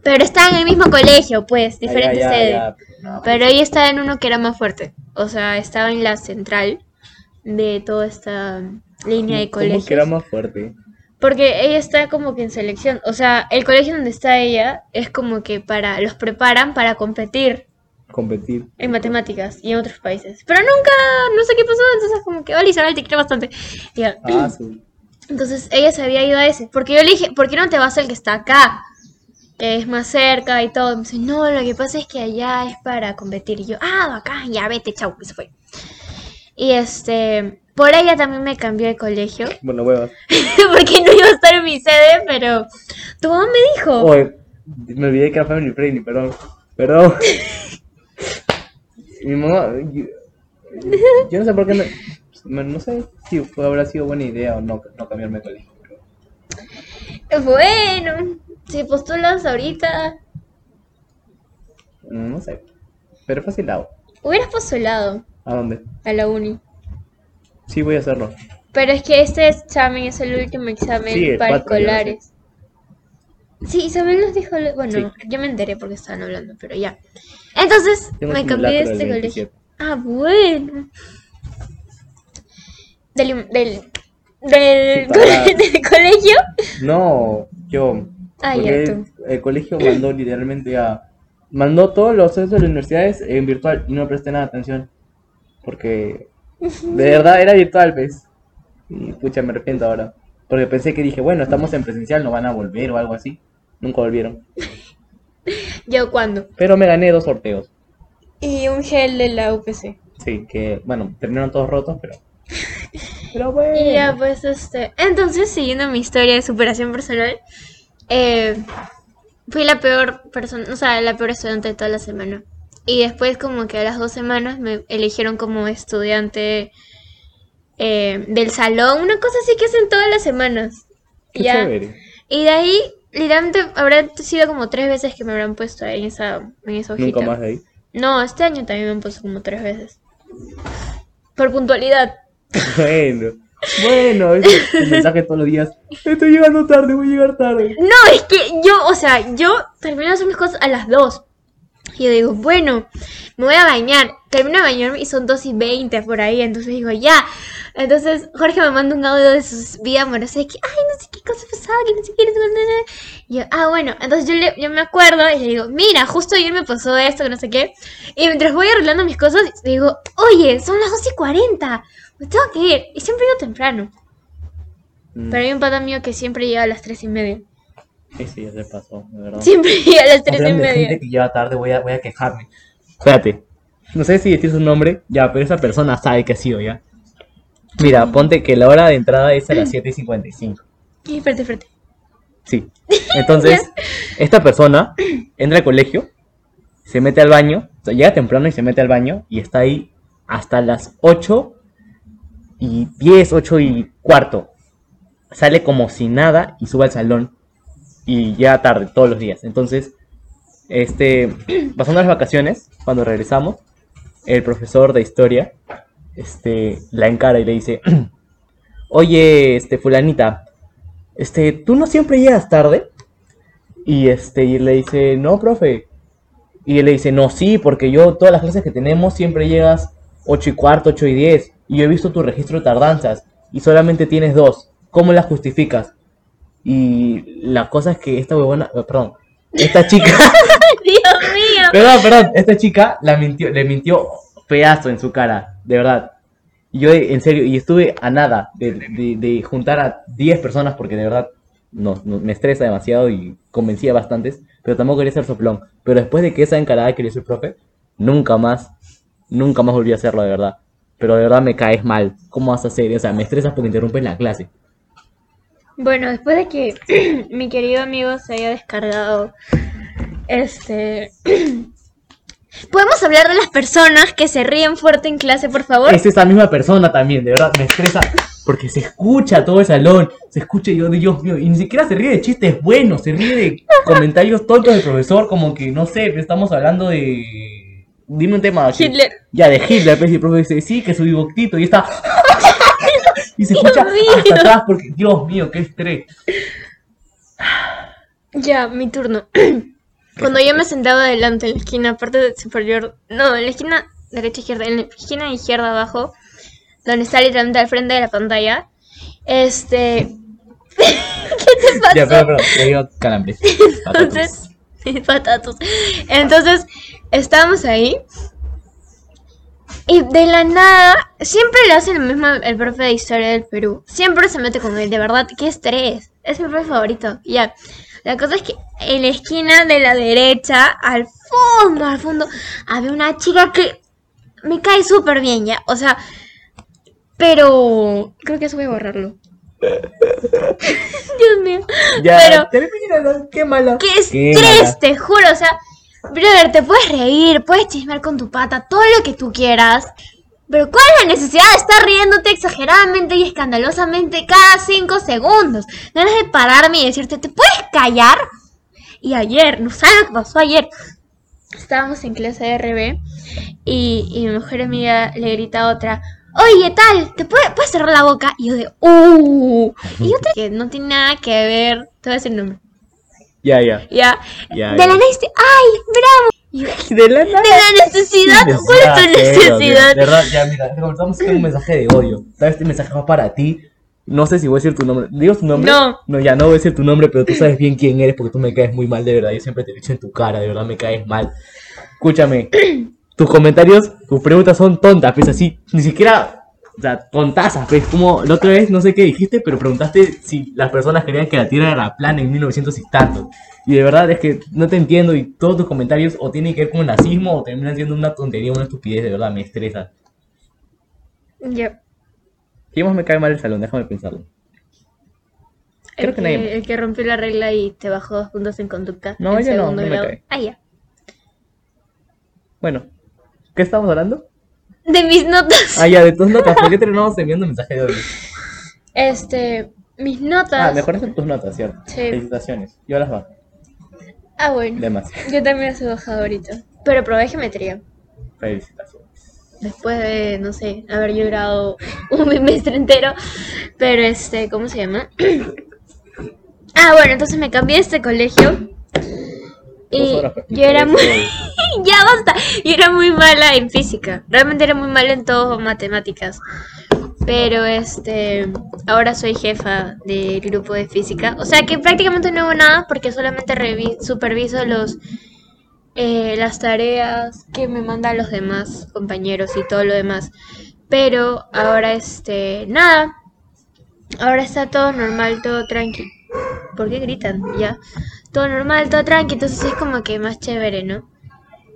[SPEAKER 1] Pero estaba en el mismo colegio, pues, diferente
[SPEAKER 2] Ah, ya, ya,
[SPEAKER 1] sede.
[SPEAKER 2] ya, pero no.
[SPEAKER 1] Pero ella estaba en uno que era más fuerte, o sea, estaba en la central de toda esta línea de
[SPEAKER 2] ¿Cómo que
[SPEAKER 1] colegios.
[SPEAKER 2] era más fuerte?
[SPEAKER 1] Porque ella está como que en selección, o sea, el colegio donde está ella es como que para, los preparan para competir.
[SPEAKER 2] Competir.
[SPEAKER 1] En matemáticas y en otros países. Pero nunca, no sé qué pasó, entonces como que, hola Isabel, te quiero bastante. Y ya.
[SPEAKER 2] Ah, su.
[SPEAKER 1] Entonces ella se había ido a ese. Porque yo le dije, ¿por qué no te vas al que está acá? Que es más cerca y todo. Y me dice, no, lo que pasa es que allá es para competir. Y yo, ah, acá, ya vete, chau, y se fue. Y este, por ella también me cambié de colegio.
[SPEAKER 2] Bueno, huevas.
[SPEAKER 1] porque no iba a estar en mi sede, pero tu mamá me dijo.
[SPEAKER 2] Oye, me olvidé que era family friendly, perdón. Perdón. Mi mamá. Yo, yo no sé por qué. No, no- no sé si fue- habrá sido buena idea o no, no cambiarme de colegio. pero-
[SPEAKER 1] Bueno, si postulas ahorita,
[SPEAKER 2] No sé. Pero fácil hago.
[SPEAKER 1] hubieras postulado
[SPEAKER 2] ¿A dónde?
[SPEAKER 1] a la uni.
[SPEAKER 2] Sí, voy a hacerlo.
[SPEAKER 1] Pero es que este examen es el último examen
[SPEAKER 2] Sí, el
[SPEAKER 1] para
[SPEAKER 2] cuatro, ya lo sé.
[SPEAKER 1] escolares. Sí, Isabel nos dijo, lo- bueno,
[SPEAKER 2] Sí.
[SPEAKER 1] yo me enteré porque estaban hablando, pero ya. Entonces,
[SPEAKER 2] Tengo
[SPEAKER 1] me cambié de
[SPEAKER 2] simulacro
[SPEAKER 1] este
[SPEAKER 2] el
[SPEAKER 1] colegio.
[SPEAKER 2] 27.
[SPEAKER 1] Ah, bueno. Del, del, del,
[SPEAKER 2] Pará.
[SPEAKER 1] del colegio.
[SPEAKER 2] No, yo.
[SPEAKER 1] Ah, ya,
[SPEAKER 2] porque
[SPEAKER 1] tú.
[SPEAKER 2] El colegio mandó literalmente a. Mandó todos los accesos de las universidades en virtual y no presté nada de atención. Porque. De verdad era virtual, ¿ves? Y pucha, me arrepiento ahora. Porque pensé que dije, bueno, estamos en presencial, no van a volver o algo así. Nunca volvieron.
[SPEAKER 1] ¿Yo cuándo?
[SPEAKER 2] Pero me gané dos sorteos.
[SPEAKER 1] Y un gel de la UPC.
[SPEAKER 2] Sí, que bueno, terminaron todos rotos, pero. Pero bueno.
[SPEAKER 1] Y ya, pues, este. Entonces, siguiendo mi historia de superación personal, eh, fui la peor persona, o sea, la peor estudiante de toda la semana. Y después, como que a las dos semanas, me eligieron como estudiante eh, del salón, una cosa así que hacen todas las semanas.
[SPEAKER 2] Qué
[SPEAKER 1] ya.
[SPEAKER 2] chévere.
[SPEAKER 1] Y de ahí, literalmente, habrá sido como tres veces que me habrán puesto ahí en esa, en esa hojita.
[SPEAKER 2] Nunca más de ahí.
[SPEAKER 1] No, este año también me han puesto como tres veces. Por puntualidad.
[SPEAKER 2] Bueno. Bueno, es el mensaje todos los días. Estoy llegando tarde, voy a llegar tarde.
[SPEAKER 1] No, es que yo, o sea, yo termino de hacer mis cosas a las 2. Y yo digo, bueno, me voy a bañar. Termino de bañarme y son 2 y 20 por ahí. Entonces digo, ya. Entonces Jorge me manda un audio de su vida amorosa. De que, ay, no sé qué cosa pasaba, que no sé qué. no sé qué, no sé qué". Y yo, ah, bueno. Entonces yo, le- yo me acuerdo y le digo, mira, justo ayer me pasó esto, que no sé qué. Y mientras voy arreglando mis cosas, digo, oye, son las 2 y 40. Me tengo que ir. Y siempre llego temprano.
[SPEAKER 2] Mm,
[SPEAKER 1] Pero hay un pata mío que siempre llega a las 3 y media.
[SPEAKER 2] Ese ya se pasó, de verdad.
[SPEAKER 1] Siempre llega a las 3 y
[SPEAKER 2] Hablando de
[SPEAKER 1] media.
[SPEAKER 2] gente que lleva tarde, voy a, voy a quejarme. Espérate. No sé si decir su nombre, ya, pero esa persona sabe que ha sido ya. Mira, ponte que la hora de entrada es a las 7 y 55.
[SPEAKER 1] Y espérate, espérate.
[SPEAKER 2] Sí. Entonces, esta persona entra al colegio, se mete al baño, o sea, llega temprano y se mete al baño y está ahí hasta las 8 y 10, 8 y cuarto. Sale como si nada y sube al salón y llega tarde todos los días. Entonces, este, pasando las vacaciones, cuando regresamos, el profesor de historia este, la encara y le dice, oye, este, fulanita, este, ¿tú no siempre llegas tarde? Y este, y le dice, no, profe. Y él le dice, no, sí, porque yo todas las clases que tenemos siempre llegas 8 y cuarto, 8 y 10. Y yo he visto tu registro de tardanzas y solamente tienes dos. ¿Cómo las justificas? Y la cosa es que esta huevona, eh, perdón, esta chica,
[SPEAKER 1] Dios mío.
[SPEAKER 2] perdón, perdón, esta chica la mintió, le mintió pedazo en su cara, de verdad. Y yo, eh, en serio, y estuve a nada de, de- de juntar a 10 personas porque de verdad no, no- me estresa demasiado y convencía a bastantes, pero tampoco quería ser soplón. Pero después de que esa encarada que le hizo el profe, nunca más, nunca más volví a hacerlo, de verdad. Pero de verdad me caes mal. ¿Cómo vas a hacer? O sea, me estresas porque interrumpes la clase.
[SPEAKER 1] Bueno, después de que mi querido amigo se haya descargado, este... ¿Podemos hablar de las personas que se ríen fuerte en clase, por favor?
[SPEAKER 2] Es esa misma persona también, de verdad, me estresa. Porque se escucha todo el salón, se escucha y yo, Dios mío, y ni siquiera se ríe de chistes buenos, se ríe de comentarios tontos del profesor, como que, no sé, estamos hablando de... Dime un tema. que-
[SPEAKER 1] Hitler.
[SPEAKER 2] Ya, de Hitler, pues, y el profe dice, sí, que soy boctito, y está... y se escucha
[SPEAKER 1] Dios mío.
[SPEAKER 2] hasta atrás porque, Dios mío, qué estrés.
[SPEAKER 1] Ya, mi turno. Cuando yo me sentaba adelante en la esquina, parte de- superior, no, en la esquina derecha izquierda, en la esquina izquierda abajo, donde está literalmente al frente de la pantalla, este... ¿Qué te pasó?
[SPEAKER 2] Ya, pero, pero, le dio calambres.
[SPEAKER 1] Entonces, patatos. Entonces, estábamos ahí. Y de la nada, siempre le hacen lo mismo el profe de historia del Perú. Siempre se mete con él, de verdad, qué estrés. Es mi profe favorito. Ya. La cosa es que en la esquina de la derecha, al fondo, al fondo, había una chica que me cae súper bien, ya. O sea, pero creo que eso voy a borrarlo. Dios mío.
[SPEAKER 2] Ya,
[SPEAKER 1] pero
[SPEAKER 2] termina, qué mala.
[SPEAKER 1] ¡Qué
[SPEAKER 2] mala.
[SPEAKER 1] estrés! Te juro, o sea, brother, te puedes reír, puedes chismear con tu pata, todo lo que tú quieras. Pero ¿cuál es la necesidad de estar riéndote exageradamente y escandalosamente cada cinco segundos? Ganas de pararme y decirte, ¿te puedes callar? Y ayer, no sabes lo que pasó ayer. Estábamos en clase de RB y, y mi mejor amiga le grita a otra, oye tal, ¿te puede- puedes cerrar la boca? Y yo de, ¡uh! Y otra que no tiene nada que ver, te voy a decir el nombre.
[SPEAKER 2] Ya, ya.
[SPEAKER 1] Ya.
[SPEAKER 2] Ya,
[SPEAKER 1] de
[SPEAKER 2] ya.
[SPEAKER 1] la necesidad. ¡Ay, bravo! Y yo,
[SPEAKER 2] De la nada.
[SPEAKER 1] de la necesidad. ¿Cuál es tu
[SPEAKER 2] cero,
[SPEAKER 1] necesidad?
[SPEAKER 2] De verdad, ya, mira, comenzamos con un mensaje de odio. Tal vez este mensaje va para ti. No sé si voy a decir tu nombre. ¿Digo tu nombre?
[SPEAKER 1] No.
[SPEAKER 2] No, ya no voy a decir tu nombre, pero tú sabes bien quién eres porque tú me caes muy mal, de verdad. Yo siempre te lo he dicho en tu cara, de verdad me caes mal. Escúchame, tus comentarios, tus preguntas son tontas, pues así, ni siquiera O sea, con tazas, pues como la otra vez no sé qué dijiste, pero preguntaste si las personas querían que la Tierra era plana en 1900 y tanto. Y de verdad es que no te entiendo y todos tus comentarios o tienen que ver con nazismo o terminan siendo una tontería, una estupidez, de verdad, me estresa.
[SPEAKER 1] Yo.
[SPEAKER 2] ¿Quién más me cae mal el salón? Déjame pensarlo. Creo
[SPEAKER 1] el,
[SPEAKER 2] que nadie más.
[SPEAKER 1] el que rompió la regla y te bajó dos puntos en conducta.
[SPEAKER 2] No,
[SPEAKER 1] en
[SPEAKER 2] yo no,
[SPEAKER 1] segundo
[SPEAKER 2] no me
[SPEAKER 1] grado.
[SPEAKER 2] cae.
[SPEAKER 1] Ah, ya.
[SPEAKER 2] Bueno, ¿qué estamos hablando?
[SPEAKER 1] De mis notas.
[SPEAKER 2] Ah, ya, de tus notas, ¿por qué terminamos enviando mensaje de audio?
[SPEAKER 1] Este, mis notas.
[SPEAKER 2] Ah, mejoraste tus notas, ¿cierto?
[SPEAKER 1] Sí.
[SPEAKER 2] Felicitaciones. Yo las bajo.
[SPEAKER 1] Ah, bueno.
[SPEAKER 2] Demasiado.
[SPEAKER 1] Yo también las he bajado ahorita. Pero probé geometría.
[SPEAKER 2] Felicitaciones.
[SPEAKER 1] Después de, no sé, haber llorado un bimestre entero. Pero este, ¿cómo se llama? ah, bueno, entonces me cambié de este colegio. Y
[SPEAKER 2] Dos horas para
[SPEAKER 1] yo era
[SPEAKER 2] escuchar
[SPEAKER 1] muy...
[SPEAKER 2] eso.
[SPEAKER 1] ya basta. Yo era muy mala en física. Realmente era muy mala en todo matemáticas. Pero este, ahora soy jefa del grupo de física. O sea que prácticamente no hago nada porque solamente revi- superviso los eh, las tareas que me mandan los demás compañeros y todo lo demás. Pero ahora este, nada. Ahora está todo normal, todo tranqui. ¿Por qué gritan? Ya. Todo normal, todo tranqui, entonces es como que más chévere, ¿no?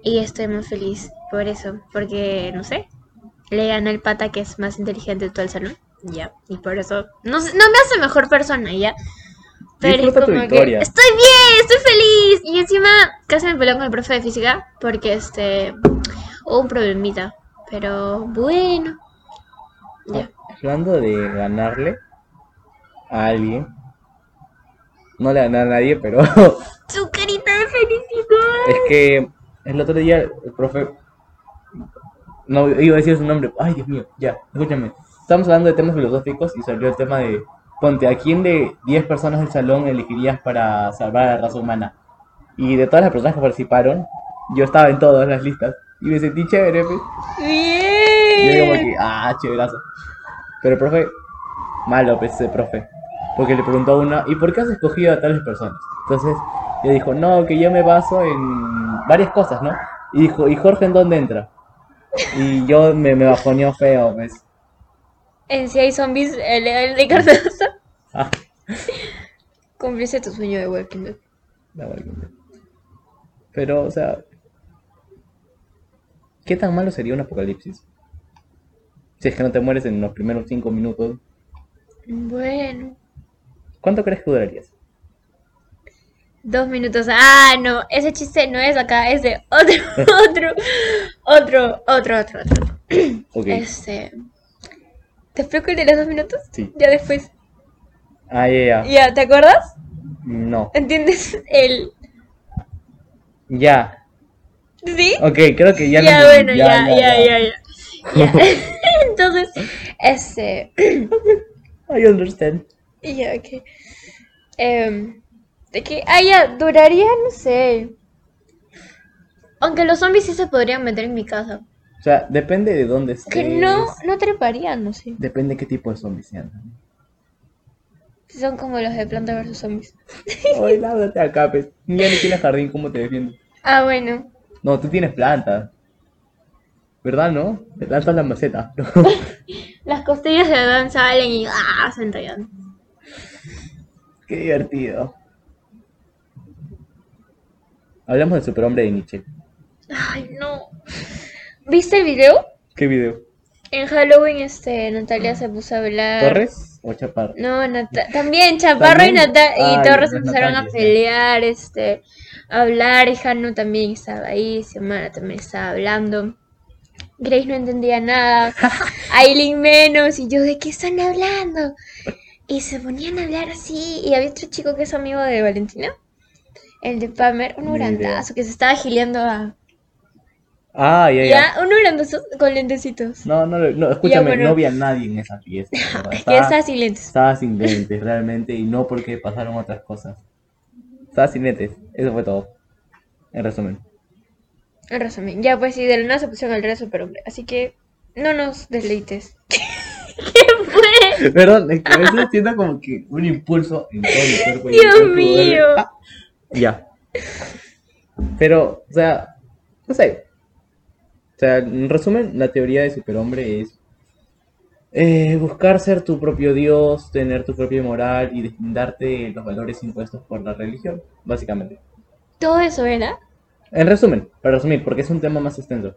[SPEAKER 1] Y estoy muy feliz por eso, porque no sé, le gana el pata que es más inteligente de todo el salón, ya, y por eso no, sé, no me hace mejor persona, ya. Pero es
[SPEAKER 2] Disfruta tu
[SPEAKER 1] como que
[SPEAKER 2] victoria.
[SPEAKER 1] estoy bien, estoy feliz. Y encima casi me peleó con el profe de física porque este hubo un problemita, pero bueno.
[SPEAKER 2] Oh.
[SPEAKER 1] Ya.
[SPEAKER 2] Hablando de ganarle a alguien. No le gané a nadie, pero es
[SPEAKER 1] Su carita de felicidad.
[SPEAKER 2] que el otro día el profe. No, iba a decir su nombre. Ay, Dios mío, ya, escúchame. Estamos hablando de temas filosóficos y salió el tema de. Ponte, ¿a quién de 10 personas del salón elegirías para salvar a la raza humana? Y de todas las personas que participaron, yo estaba en todas las listas. Y me sentí chévere, pues. Y yo como
[SPEAKER 1] Bien.
[SPEAKER 2] que, ah, chéverazo. Pero el profe, malo pues ese profe. Porque le preguntó a una, ¿y por qué has escogido a tales personas? Entonces, le dijo, no, que yo me baso en varias cosas, ¿no? Y dijo, ¿y Jorge en dónde entra? Y yo me, me bajoneo feo, pues.
[SPEAKER 1] En si hay zombies, el, el de Cardoso.
[SPEAKER 2] Ah,
[SPEAKER 1] Cumpliste tu sueño de Walking Dead.
[SPEAKER 2] la vergüenza. Pero, o sea, ¿qué tan malo sería un apocalipsis? Si es que no te mueres en los primeros cinco minutos,
[SPEAKER 1] Bueno.
[SPEAKER 2] ¿cuánto crees que durarías?
[SPEAKER 1] Dos minutos. Ah, no. Ese chiste no es acá, es de otro, otro, otro, otro, otro, otro.
[SPEAKER 2] Ok.
[SPEAKER 1] Este. ¿Te explico el de los dos minutos?
[SPEAKER 2] Sí.
[SPEAKER 1] Ya después.
[SPEAKER 2] Ah, ya, ya.
[SPEAKER 1] Ya, ¿te acuerdas?
[SPEAKER 2] No.
[SPEAKER 1] ¿Entiendes? El.
[SPEAKER 2] Ya.
[SPEAKER 1] ¿Sí?
[SPEAKER 2] Ok, creo que ya
[SPEAKER 1] Ya,
[SPEAKER 2] lo
[SPEAKER 1] bueno,
[SPEAKER 2] entendí.
[SPEAKER 1] ya, ya, ya, ya. Ya. Entonces, este.
[SPEAKER 2] I understand.
[SPEAKER 1] Ya, ok. Em, de que, ah, ya, duraría, no sé. Aunque los zombies sí se podrían meter en mi casa.
[SPEAKER 2] O sea, depende de dónde estés.
[SPEAKER 1] Que no, no treparían, no sé.
[SPEAKER 2] Depende qué tipo de zombies sean.
[SPEAKER 1] Son como los de Planta versus Zombies.
[SPEAKER 2] Oye, lávate acá, pues. Ya no tienes jardín, ¿cómo te defiendes?
[SPEAKER 1] Ah, bueno.
[SPEAKER 2] No, tú tienes plantas. ¿Verdad, no? Te plantas la maceta.
[SPEAKER 1] Las costillas de Adán salen y ah, se enredan.
[SPEAKER 2] qué divertido. Hablamos del superhombre de Nietzsche.
[SPEAKER 1] Ay, no. ¿Viste el video?
[SPEAKER 2] ¿Qué video?
[SPEAKER 1] En Halloween, este, Natalia se puso a hablar.
[SPEAKER 2] ¿Torres o Chaparro?
[SPEAKER 1] No, Nata- también Chaparro
[SPEAKER 2] ¿También?
[SPEAKER 1] y, Nata- y
[SPEAKER 2] Ah,
[SPEAKER 1] Torres
[SPEAKER 2] no es
[SPEAKER 1] empezaron a
[SPEAKER 2] Natalia, ya.
[SPEAKER 1] pelear, este, a hablar, y Hanu también estaba ahí, Xiomara también estaba hablando. Grace no entendía nada, Aileen menos, y yo, ¿de qué están hablando? Y se ponían a hablar así, y había otro chico que es amigo de Valentina, el de Pamer, un
[SPEAKER 2] Ni idea.
[SPEAKER 1] grandazo que se estaba gileando a...
[SPEAKER 2] Ah, ya, ya.
[SPEAKER 1] Ya, un grandazo con lentecitos.
[SPEAKER 2] No, no, no, escúchame,
[SPEAKER 1] bueno.
[SPEAKER 2] no había nadie en esa fiesta. de verdad.
[SPEAKER 1] Es que
[SPEAKER 2] Estaba-
[SPEAKER 1] estaba sin lentes.
[SPEAKER 2] Estaba sin lentes realmente y no porque pasaron otras cosas. Estaba sin lentes, eso fue todo. En resumen.
[SPEAKER 1] En resumen, ya pues sí, de la nada se pusieron al rezo, pero hombre, así que no nos deleites.
[SPEAKER 2] Perdón, es que a veces siento como que un impulso en todo mi cuerpo. y
[SPEAKER 1] Dios
[SPEAKER 2] creo que duele.
[SPEAKER 1] mío.
[SPEAKER 2] Ah, ya. Pero, o sea, no sé. O sea, en resumen, la teoría de superhombre es eh, buscar ser tu propio Dios, tener tu propia moral y deslindarte de los valores impuestos por la religión, básicamente.
[SPEAKER 1] Todo eso era.
[SPEAKER 2] En resumen, para resumir, porque es un tema más extenso.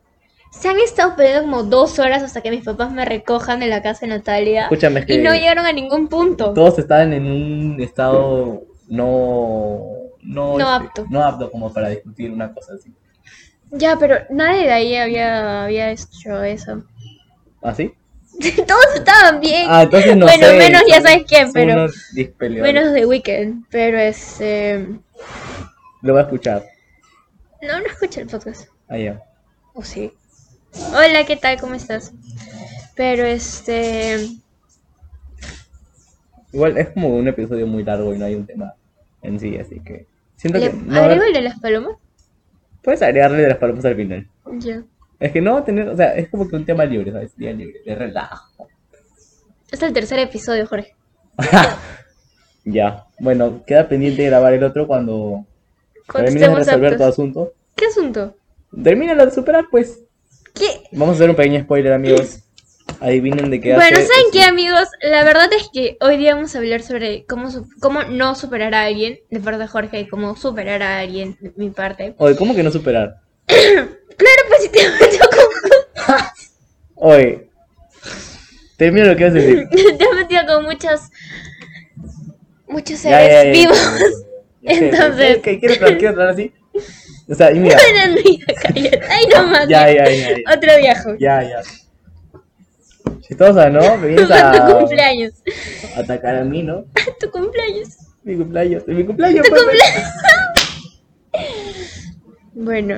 [SPEAKER 1] Se han estado peleando como dos horas hasta que mis papás me recojan de la casa de Natalia.
[SPEAKER 2] Escúchame, es
[SPEAKER 1] Y
[SPEAKER 2] que
[SPEAKER 1] no llegaron a ningún punto.
[SPEAKER 2] todos estaban en un estado no, no,
[SPEAKER 1] No
[SPEAKER 2] este,
[SPEAKER 1] apto.
[SPEAKER 2] no apto como para discutir una cosa así.
[SPEAKER 1] Ya, pero nadie de ahí había, había hecho eso.
[SPEAKER 2] ¿Así?
[SPEAKER 1] Todos estaban bien.
[SPEAKER 2] Ah, entonces no
[SPEAKER 1] Bueno,
[SPEAKER 2] sé,
[SPEAKER 1] menos ya
[SPEAKER 2] son-
[SPEAKER 1] sabes quién,
[SPEAKER 2] son
[SPEAKER 1] pero-
[SPEAKER 2] unos dispeleadores.
[SPEAKER 1] menos de Weekend. Pero es. eh,
[SPEAKER 2] Lo va a escuchar.
[SPEAKER 1] No, no escuché el podcast.
[SPEAKER 2] Allá.
[SPEAKER 1] ¿O sí? Hola, ¿qué tal? ¿Cómo estás? Pero este.
[SPEAKER 2] Igual es como un episodio muy largo y no hay un tema en sí, así que. Siento
[SPEAKER 1] ¿Le
[SPEAKER 2] que. no-
[SPEAKER 1] agrego el de las palomas?
[SPEAKER 2] Puedes agregarle de las palomas al final.
[SPEAKER 1] Ya.
[SPEAKER 2] Es que no va a tener. O sea, es como que un tema libre, ¿sabes? Día libre, de relajo.
[SPEAKER 1] Es el tercer episodio, Jorge.
[SPEAKER 2] ya. Bueno, queda pendiente de grabar el otro cuando
[SPEAKER 1] Cuando
[SPEAKER 2] termines de
[SPEAKER 1] estemos
[SPEAKER 2] resolver tu
[SPEAKER 1] aptos.
[SPEAKER 2] asunto.
[SPEAKER 1] ¿Qué asunto?
[SPEAKER 2] Termínalo de superar, pues.
[SPEAKER 1] ¿Qué?
[SPEAKER 2] Vamos a hacer un pequeño spoiler, amigos. Adivinen de qué
[SPEAKER 1] Bueno,
[SPEAKER 2] hace
[SPEAKER 1] ¿saben
[SPEAKER 2] eso.
[SPEAKER 1] qué, amigos? La verdad es que hoy día vamos a hablar sobre cómo, su- cómo no superar a alguien de parte de Jorge y cómo superar a alguien de mi parte.
[SPEAKER 2] Oye, ¿cómo que no superar?
[SPEAKER 1] Claro, pues si te metió con,
[SPEAKER 2] Oye. Termina lo que vas a decir.
[SPEAKER 1] te has metido con muchas, muchos
[SPEAKER 2] Ya,
[SPEAKER 1] seres
[SPEAKER 2] ya, ya, ya,
[SPEAKER 1] vivos.
[SPEAKER 2] ya, ya, ya, ya, ya, ya, ya,
[SPEAKER 1] Entonces-
[SPEAKER 2] ¿Qué quieres hablar? ¿Quieres hablar así? O sea, y mira.
[SPEAKER 1] Ay, no mames.
[SPEAKER 2] Ya, ya, ya, ya.
[SPEAKER 1] Otro viaje.
[SPEAKER 2] Ya, ya. Chistosa, ¿no? Me vienes
[SPEAKER 1] Tu
[SPEAKER 2] a
[SPEAKER 1] cumpleaños.
[SPEAKER 2] atacar a mí, ¿no?
[SPEAKER 1] Tu cumpleaños.
[SPEAKER 2] Mi cumpleaños. Mi cumpleaños.
[SPEAKER 1] Tu
[SPEAKER 2] pues.
[SPEAKER 1] cumpleaños. Bueno,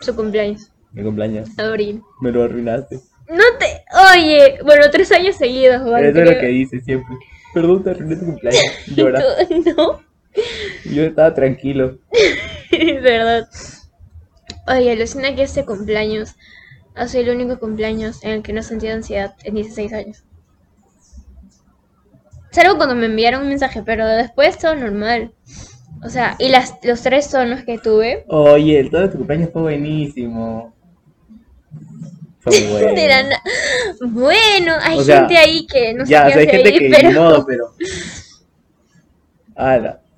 [SPEAKER 1] su cumpleaños.
[SPEAKER 2] Mi cumpleaños.
[SPEAKER 1] Abril.
[SPEAKER 2] Me lo arruinaste.
[SPEAKER 1] No te. Oye, bueno, tres años seguidos, Juan,
[SPEAKER 2] Eso es lo
[SPEAKER 1] creo.
[SPEAKER 2] que dices siempre. Perdón, te arruiné tu cumpleaños. Llora.
[SPEAKER 1] Tú- No,
[SPEAKER 2] Yo estaba tranquilo.
[SPEAKER 1] de verdad. Oye, alucina que este cumpleaños ha sido el único cumpleaños en el que no he sentido ansiedad en 16 años. Salvo cuando me enviaron un mensaje, pero después todo normal. O sea, y las, los tres tonos que tuve.
[SPEAKER 2] Oye, el todo de tu cumpleaños fue buenísimo. Fue muy bueno.
[SPEAKER 1] de la na- Bueno, hay
[SPEAKER 2] O sea,
[SPEAKER 1] gente ahí que no
[SPEAKER 2] ya, o
[SPEAKER 1] sé
[SPEAKER 2] sea, hay
[SPEAKER 1] qué hacer
[SPEAKER 2] gente
[SPEAKER 1] ahí,
[SPEAKER 2] que
[SPEAKER 1] pero.
[SPEAKER 2] ni modo, pero. Ala.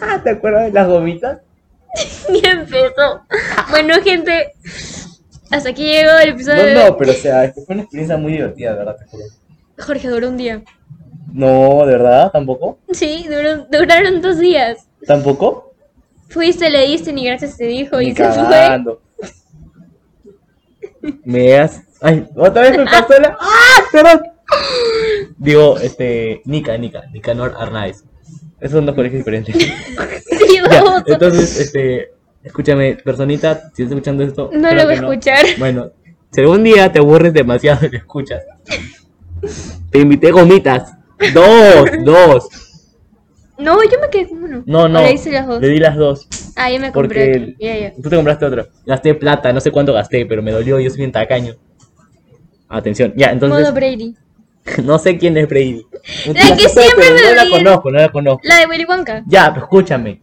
[SPEAKER 2] Ah, ¿Te acuerdas de las gomitas?
[SPEAKER 1] Ni empezó. Bueno, gente, hasta aquí llegó el
[SPEAKER 2] No,
[SPEAKER 1] episodio de
[SPEAKER 2] no, pero o sea, fue una experiencia muy divertida, de verdad, te juro.
[SPEAKER 1] Jorge duró un día.
[SPEAKER 2] No, ¿de verdad? ¿Tampoco?
[SPEAKER 1] Sí, duró- duraron dos días.
[SPEAKER 2] ¿Tampoco?
[SPEAKER 1] Fuiste, le diste, ni gracias te dijo
[SPEAKER 2] Ni
[SPEAKER 1] y se fue.
[SPEAKER 2] cagando. Me has. Ay, otra vez me pasó la. ¡Ah! Perdón. Digo, este. Nica, Nica, Nicanor Arnaiz. Esos son dos colegios diferentes.
[SPEAKER 1] Sí,
[SPEAKER 2] Ya,
[SPEAKER 1] vamos.
[SPEAKER 2] entonces, este. Escúchame, personita, si estás escuchando esto.
[SPEAKER 1] No
[SPEAKER 2] creo
[SPEAKER 1] lo voy
[SPEAKER 2] que
[SPEAKER 1] a escuchar.
[SPEAKER 2] Bueno, si algún día te aburres demasiado y lo escuchas, te invité gomitas. Dos, dos.
[SPEAKER 1] No, yo me quedé con uno.
[SPEAKER 2] No, no.
[SPEAKER 1] O Le hice las dos.
[SPEAKER 2] Le di las dos.
[SPEAKER 1] Ah, yo me
[SPEAKER 2] Porque
[SPEAKER 1] compré otro.
[SPEAKER 2] el-
[SPEAKER 1] Ya, ya.
[SPEAKER 2] Tú te compraste otro. Gasté plata, no sé cuánto gasté, pero me dolió. Yo soy bien tacaño. Atención, ya, entonces.
[SPEAKER 1] Modo Brady.
[SPEAKER 2] No sé quién es Brady.
[SPEAKER 1] La que siempre me
[SPEAKER 2] No la
[SPEAKER 1] olvido.
[SPEAKER 2] conozco, no la conozco.
[SPEAKER 1] La de Willy Wonka.
[SPEAKER 2] Ya, pero escúchame.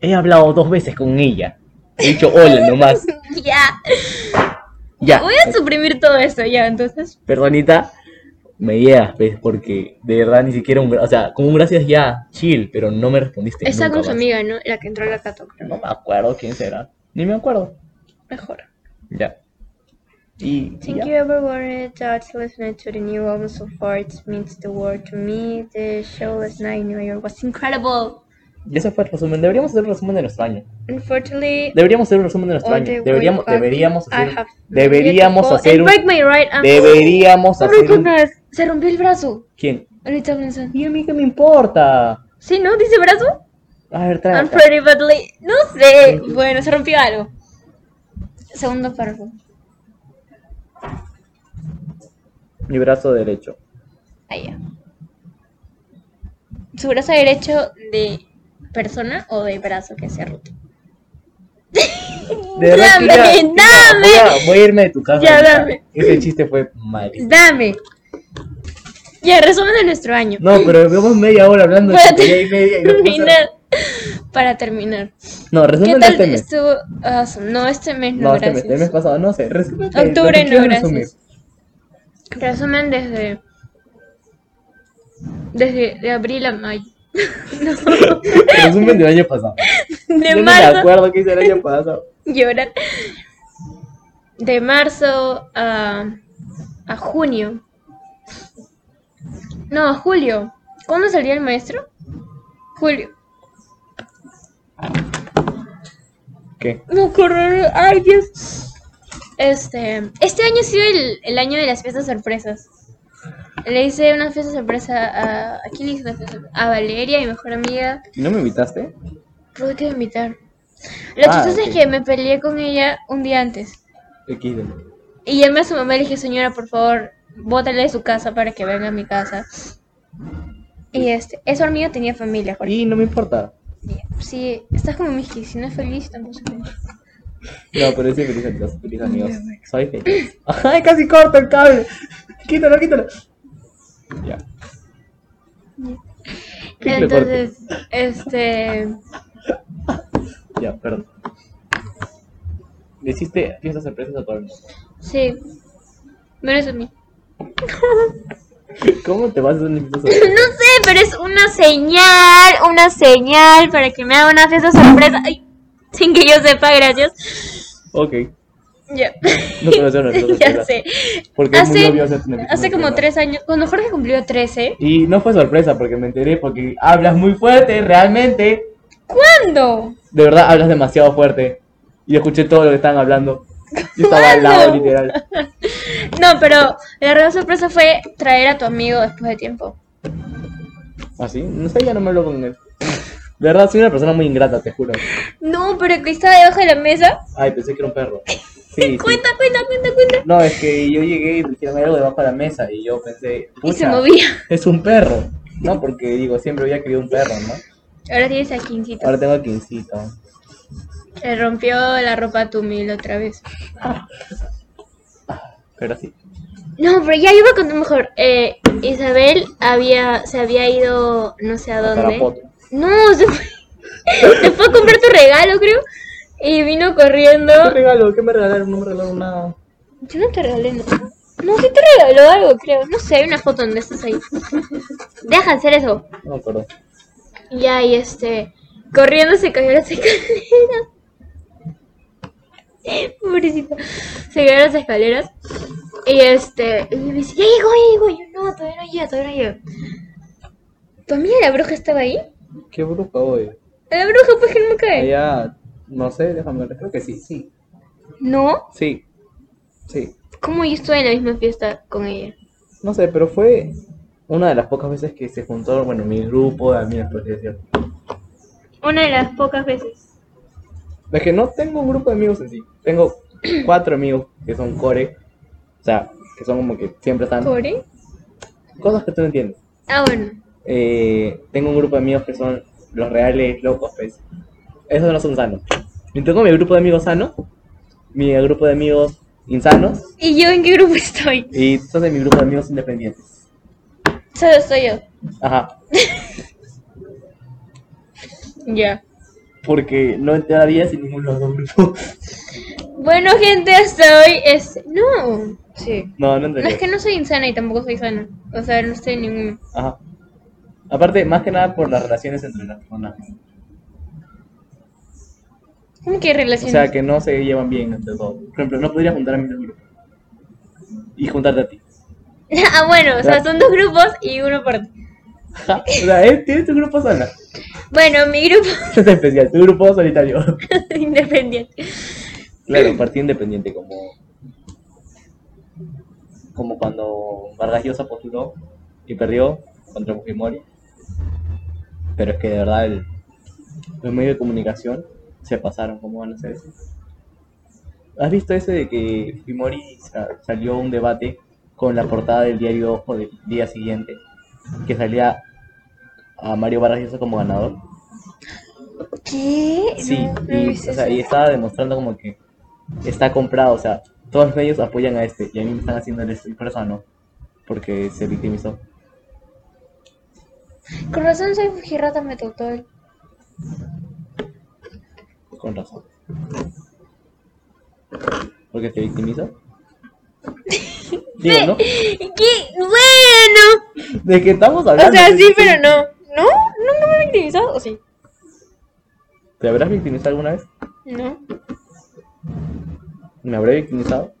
[SPEAKER 2] He hablado dos veces con ella. He dicho hola nomás.
[SPEAKER 1] Ya.
[SPEAKER 2] Ya.
[SPEAKER 1] Voy a suprimir todo eso, ya, entonces.
[SPEAKER 2] Perdonita, me llegas, pues, porque de verdad ni siquiera un. gra- O sea, como un gracias ya, chill, pero no me respondiste.
[SPEAKER 1] Está
[SPEAKER 2] nunca
[SPEAKER 1] con su
[SPEAKER 2] más.
[SPEAKER 1] amiga, ¿no? La que entró a la cato, creo.
[SPEAKER 2] No me acuerdo quién será. Ni me acuerdo.
[SPEAKER 1] Mejor.
[SPEAKER 2] Ya. Y. y
[SPEAKER 1] Think
[SPEAKER 2] ya.
[SPEAKER 1] you ever worried that listening to the new album so far it means the world to me? The show last night in New York was incredible.
[SPEAKER 2] Y ese fue el resumen. Deberíamos hacer un resumen de nuestro año.
[SPEAKER 1] Unfortunately,
[SPEAKER 2] Deberíamos hacer un resumen de nuestro
[SPEAKER 1] all
[SPEAKER 2] año.
[SPEAKER 1] the way
[SPEAKER 2] Deberíamos,
[SPEAKER 1] back,
[SPEAKER 2] deberíamos
[SPEAKER 1] I
[SPEAKER 2] hacer.
[SPEAKER 1] have
[SPEAKER 2] Deberíamos
[SPEAKER 1] yet to go
[SPEAKER 2] hacer
[SPEAKER 1] and
[SPEAKER 2] un.
[SPEAKER 1] break my right arm.
[SPEAKER 2] Deberíamos
[SPEAKER 1] Pobre
[SPEAKER 2] hacer un.
[SPEAKER 1] Jonas, se rompió el brazo.
[SPEAKER 2] ¿Quién?
[SPEAKER 1] Ahorita Benson.
[SPEAKER 2] ¿Y a mí qué me importa?
[SPEAKER 1] Sí, ¿no? Dice brazo.
[SPEAKER 2] A ver, trae. acá.
[SPEAKER 1] Unfairly badly. No sé. Bueno, se rompió algo. Segundo párrafo.
[SPEAKER 2] Mi brazo derecho.
[SPEAKER 1] Ahí ya. Su brazo derecho de persona o de brazo que se ha roto.
[SPEAKER 2] De verdad que ya-
[SPEAKER 1] Dame,
[SPEAKER 2] ya,
[SPEAKER 1] dame.
[SPEAKER 2] voy a- Voy a irme de tu casa.
[SPEAKER 1] Ya,
[SPEAKER 2] ahorita.
[SPEAKER 1] dame.
[SPEAKER 2] Ese chiste fue mal.
[SPEAKER 1] Dame. Ya, resumen de nuestro año.
[SPEAKER 2] No, pero llevamos media hora hablando de
[SPEAKER 1] Para
[SPEAKER 2] tontería y media y no pasa-
[SPEAKER 1] terminar. Para terminar.
[SPEAKER 2] No,
[SPEAKER 1] ¿Qué
[SPEAKER 2] resumen de
[SPEAKER 1] tal
[SPEAKER 2] este mes.
[SPEAKER 1] estuvo? Ah, no, este mes no,
[SPEAKER 2] No, este
[SPEAKER 1] gracias.
[SPEAKER 2] mes, el mes pasado, no sé. Resumen de- lo que
[SPEAKER 1] Octubre no,
[SPEAKER 2] quieras
[SPEAKER 1] gracias.
[SPEAKER 2] resumir.
[SPEAKER 1] Resumen desde. Desde de abril a mayo.
[SPEAKER 2] Resumen del año pasado.
[SPEAKER 1] De
[SPEAKER 2] Yo no me
[SPEAKER 1] marzo.
[SPEAKER 2] acuerdo qué hice el año pasado.
[SPEAKER 1] Llorar. De marzo a. a junio. No, a julio. ¿Cuándo salía el maestro? Julio.
[SPEAKER 2] ¿Qué?
[SPEAKER 1] No, correr. Ay, Dios. Este, este año ha sido el, el año de las fiestas sorpresas. Le hice una fiesta sorpresa a. ¿A quién le hice una fiesta sorpresa? A Valeria, mi mejor amiga.
[SPEAKER 2] ¿No me invitaste?
[SPEAKER 1] Tuve que invitar. Lo
[SPEAKER 2] Ah,
[SPEAKER 1] chistoso
[SPEAKER 2] ok.
[SPEAKER 1] es que me peleé con ella un día antes.
[SPEAKER 2] XD.
[SPEAKER 1] Y llamé a su mamá y le dije, señora, por favor, bótale de su casa para que venga a mi casa. Y este, esa hormiga tenía familia, Jorge.
[SPEAKER 2] Y no me importa.
[SPEAKER 1] Sí, estás como Miski, si no es feliz, tampoco es feliz.
[SPEAKER 2] No, pero sí, feliz amigos. Feliz amigos. Soy feliz. ¡Ay, casi corto el cable! Quítalo, quítalo. Ya. Que le corte.
[SPEAKER 1] Entonces, este.
[SPEAKER 2] Ya, perdón. Le hiciste fiestas sorpresas a todo el mundo.
[SPEAKER 1] Sí. Menos a mí.
[SPEAKER 2] ¿Cómo te vas a hacer una fiesta
[SPEAKER 1] No
[SPEAKER 2] sorpresa?
[SPEAKER 1] sé, pero es una señal, una señal para que me haga una fiesta sorpresa. Ay, sin que yo sepa, gracias.
[SPEAKER 2] Ok.
[SPEAKER 1] Ya.
[SPEAKER 2] No te voy a hacer una fiesta sorpresa.
[SPEAKER 1] ya sé.
[SPEAKER 2] Porque es muy
[SPEAKER 1] Hace,
[SPEAKER 2] obvio hacerte una fiesta
[SPEAKER 1] hace como
[SPEAKER 2] sorpresa.
[SPEAKER 1] tres años, cuando Jorge cumplió 13.
[SPEAKER 2] Y no fue sorpresa porque me enteré porque hablas muy fuerte, realmente.
[SPEAKER 1] ¿Cuándo?
[SPEAKER 2] De verdad, hablas demasiado fuerte. Y escuché todo lo que estaban hablando. Yo estaba al lado,
[SPEAKER 1] ¿Cuándo?
[SPEAKER 2] literal.
[SPEAKER 1] No, pero la real sorpresa fue traer a tu amigo después de tiempo.
[SPEAKER 2] Así, ¿Ah, no sé, ya no me hablo con él. De verdad, soy una persona muy ingrata, te juro.
[SPEAKER 1] No, pero que estaba debajo de la mesa.
[SPEAKER 2] Ay, pensé que era un perro. Sí, sí.
[SPEAKER 1] Cuenta, cuenta, cuenta, cuenta.
[SPEAKER 2] No, es que yo llegué y me dijeron "Hay algo debajo de la mesa y yo pensé,
[SPEAKER 1] Y se
[SPEAKER 2] "Pucha,
[SPEAKER 1] movía.
[SPEAKER 2] es un perro. No, porque digo, siempre había querido un perro, ¿no?
[SPEAKER 1] Ahora tienes a Quincito.
[SPEAKER 2] Ahora tengo quincito.
[SPEAKER 1] Le rompió la ropa a tu mil otra vez.
[SPEAKER 2] Pero sí.
[SPEAKER 1] No, pero ya iba a contar mejor. Eh, Isabel había, se había ido no sé a
[SPEAKER 2] A
[SPEAKER 1] dónde.
[SPEAKER 2] Tarapoto.
[SPEAKER 1] No, se fue, se fue a comprar tu regalo, creo. Y vino corriendo.
[SPEAKER 2] ¿Qué regalo? ¿Qué me regalaron? No me regalaron nada.
[SPEAKER 1] Yo no te regalé nada. No, sí te regaló algo, creo. No sé, hay una foto donde estás ahí. Deja de hacer eso.
[SPEAKER 2] No me acuerdo.
[SPEAKER 1] Ya, y este. Corriendo se cayó las escaleras. Pobrecito. Se cayó las escaleras. Y este. Y me dice, ya llegó, ya llegó. Y yo, no, todavía no llega, todavía no llega. ¿Tu amiga la bruja estaba ahí?
[SPEAKER 2] ¿Qué bruja hoy?
[SPEAKER 1] La bruja, pues que no cae.
[SPEAKER 2] Allá, no sé, déjame ver. Creo que sí, sí.
[SPEAKER 1] No,
[SPEAKER 2] Sí. Sí.
[SPEAKER 1] ¿cómo yo estuve en la misma fiesta con ella?
[SPEAKER 2] No sé, pero fue una de las pocas veces que se juntó, bueno, mi grupo de amigas, por así decirlo.
[SPEAKER 1] Una de las pocas veces.
[SPEAKER 2] Es que no tengo un grupo de amigos en sí. Tengo cuatro amigos que son core. O sea, que son como que siempre están.
[SPEAKER 1] ¿Core?
[SPEAKER 2] Cosas que tú no entiendes.
[SPEAKER 1] Ah, bueno.
[SPEAKER 2] Eh, tengo un grupo de amigos que son los reales locos, pues. Esos no son sanos. Y tengo mi grupo de amigos sano, mi grupo de amigos insanos
[SPEAKER 1] ¿Y yo en qué grupo estoy?
[SPEAKER 2] y entonces mi grupo de amigos independientes.
[SPEAKER 1] Solo soy yo.
[SPEAKER 2] Ajá.
[SPEAKER 1] Ya.
[SPEAKER 2] Porque no entré a la vida sin ninguno de los dos grupos.
[SPEAKER 1] Bueno, gente, hasta hoy es. No, sí.
[SPEAKER 2] No, no entré.
[SPEAKER 1] No es que no soy insana y tampoco soy sana. O sea, no estoy en ninguno.
[SPEAKER 2] Ajá. Aparte, más que nada por las relaciones entre las personas.
[SPEAKER 1] ¿Cómo que hay
[SPEAKER 2] O
[SPEAKER 1] relaciones?
[SPEAKER 2] sea, que no se llevan bien entre todos. Por ejemplo, no podría juntar a mi grupo. Y juntarte a ti.
[SPEAKER 1] ah, bueno, o sea, son dos grupos y uno por.
[SPEAKER 2] Ajá. O sea, él tiene tu grupo sana.
[SPEAKER 1] Bueno, mi grupo
[SPEAKER 2] Es especial, tu grupo solitario.
[SPEAKER 1] independiente.
[SPEAKER 2] Claro, partido independiente, como. Como cuando Vargas Llosa postuló y perdió contra Fujimori. Pero es que de verdad, el- los medios de comunicación se pasaron. ¿Cómo van a hacer eso? ¿Has visto ese de que Fujimori sa- salió a un debate con la portada del diario Ojo del día siguiente? Que salía a Mario Vargas Llosa como ganador.
[SPEAKER 1] ¿Qué?
[SPEAKER 2] Sí,
[SPEAKER 1] No, no
[SPEAKER 2] y, o
[SPEAKER 1] hice
[SPEAKER 2] sea,
[SPEAKER 1] eso.
[SPEAKER 2] y estaba demostrando como que está comprado, o sea, todos los medios apoyan a este y a mí me están haciendo esto y por eso no, porque se victimizó.
[SPEAKER 1] Con razón soy fujirata me tocó él.
[SPEAKER 2] Con razón. ¿Por qué te victimizó? Digo, ¿no?
[SPEAKER 1] ¡Qué bueno!
[SPEAKER 2] De que estamos hablando.
[SPEAKER 1] O sea,
[SPEAKER 2] pues,
[SPEAKER 1] sí, pero no. ¿No? ¿Nunca me he victimizado? ¿O sí?
[SPEAKER 2] ¿Te habrás victimizado alguna vez?
[SPEAKER 1] No.
[SPEAKER 2] ¿Me habré victimizado?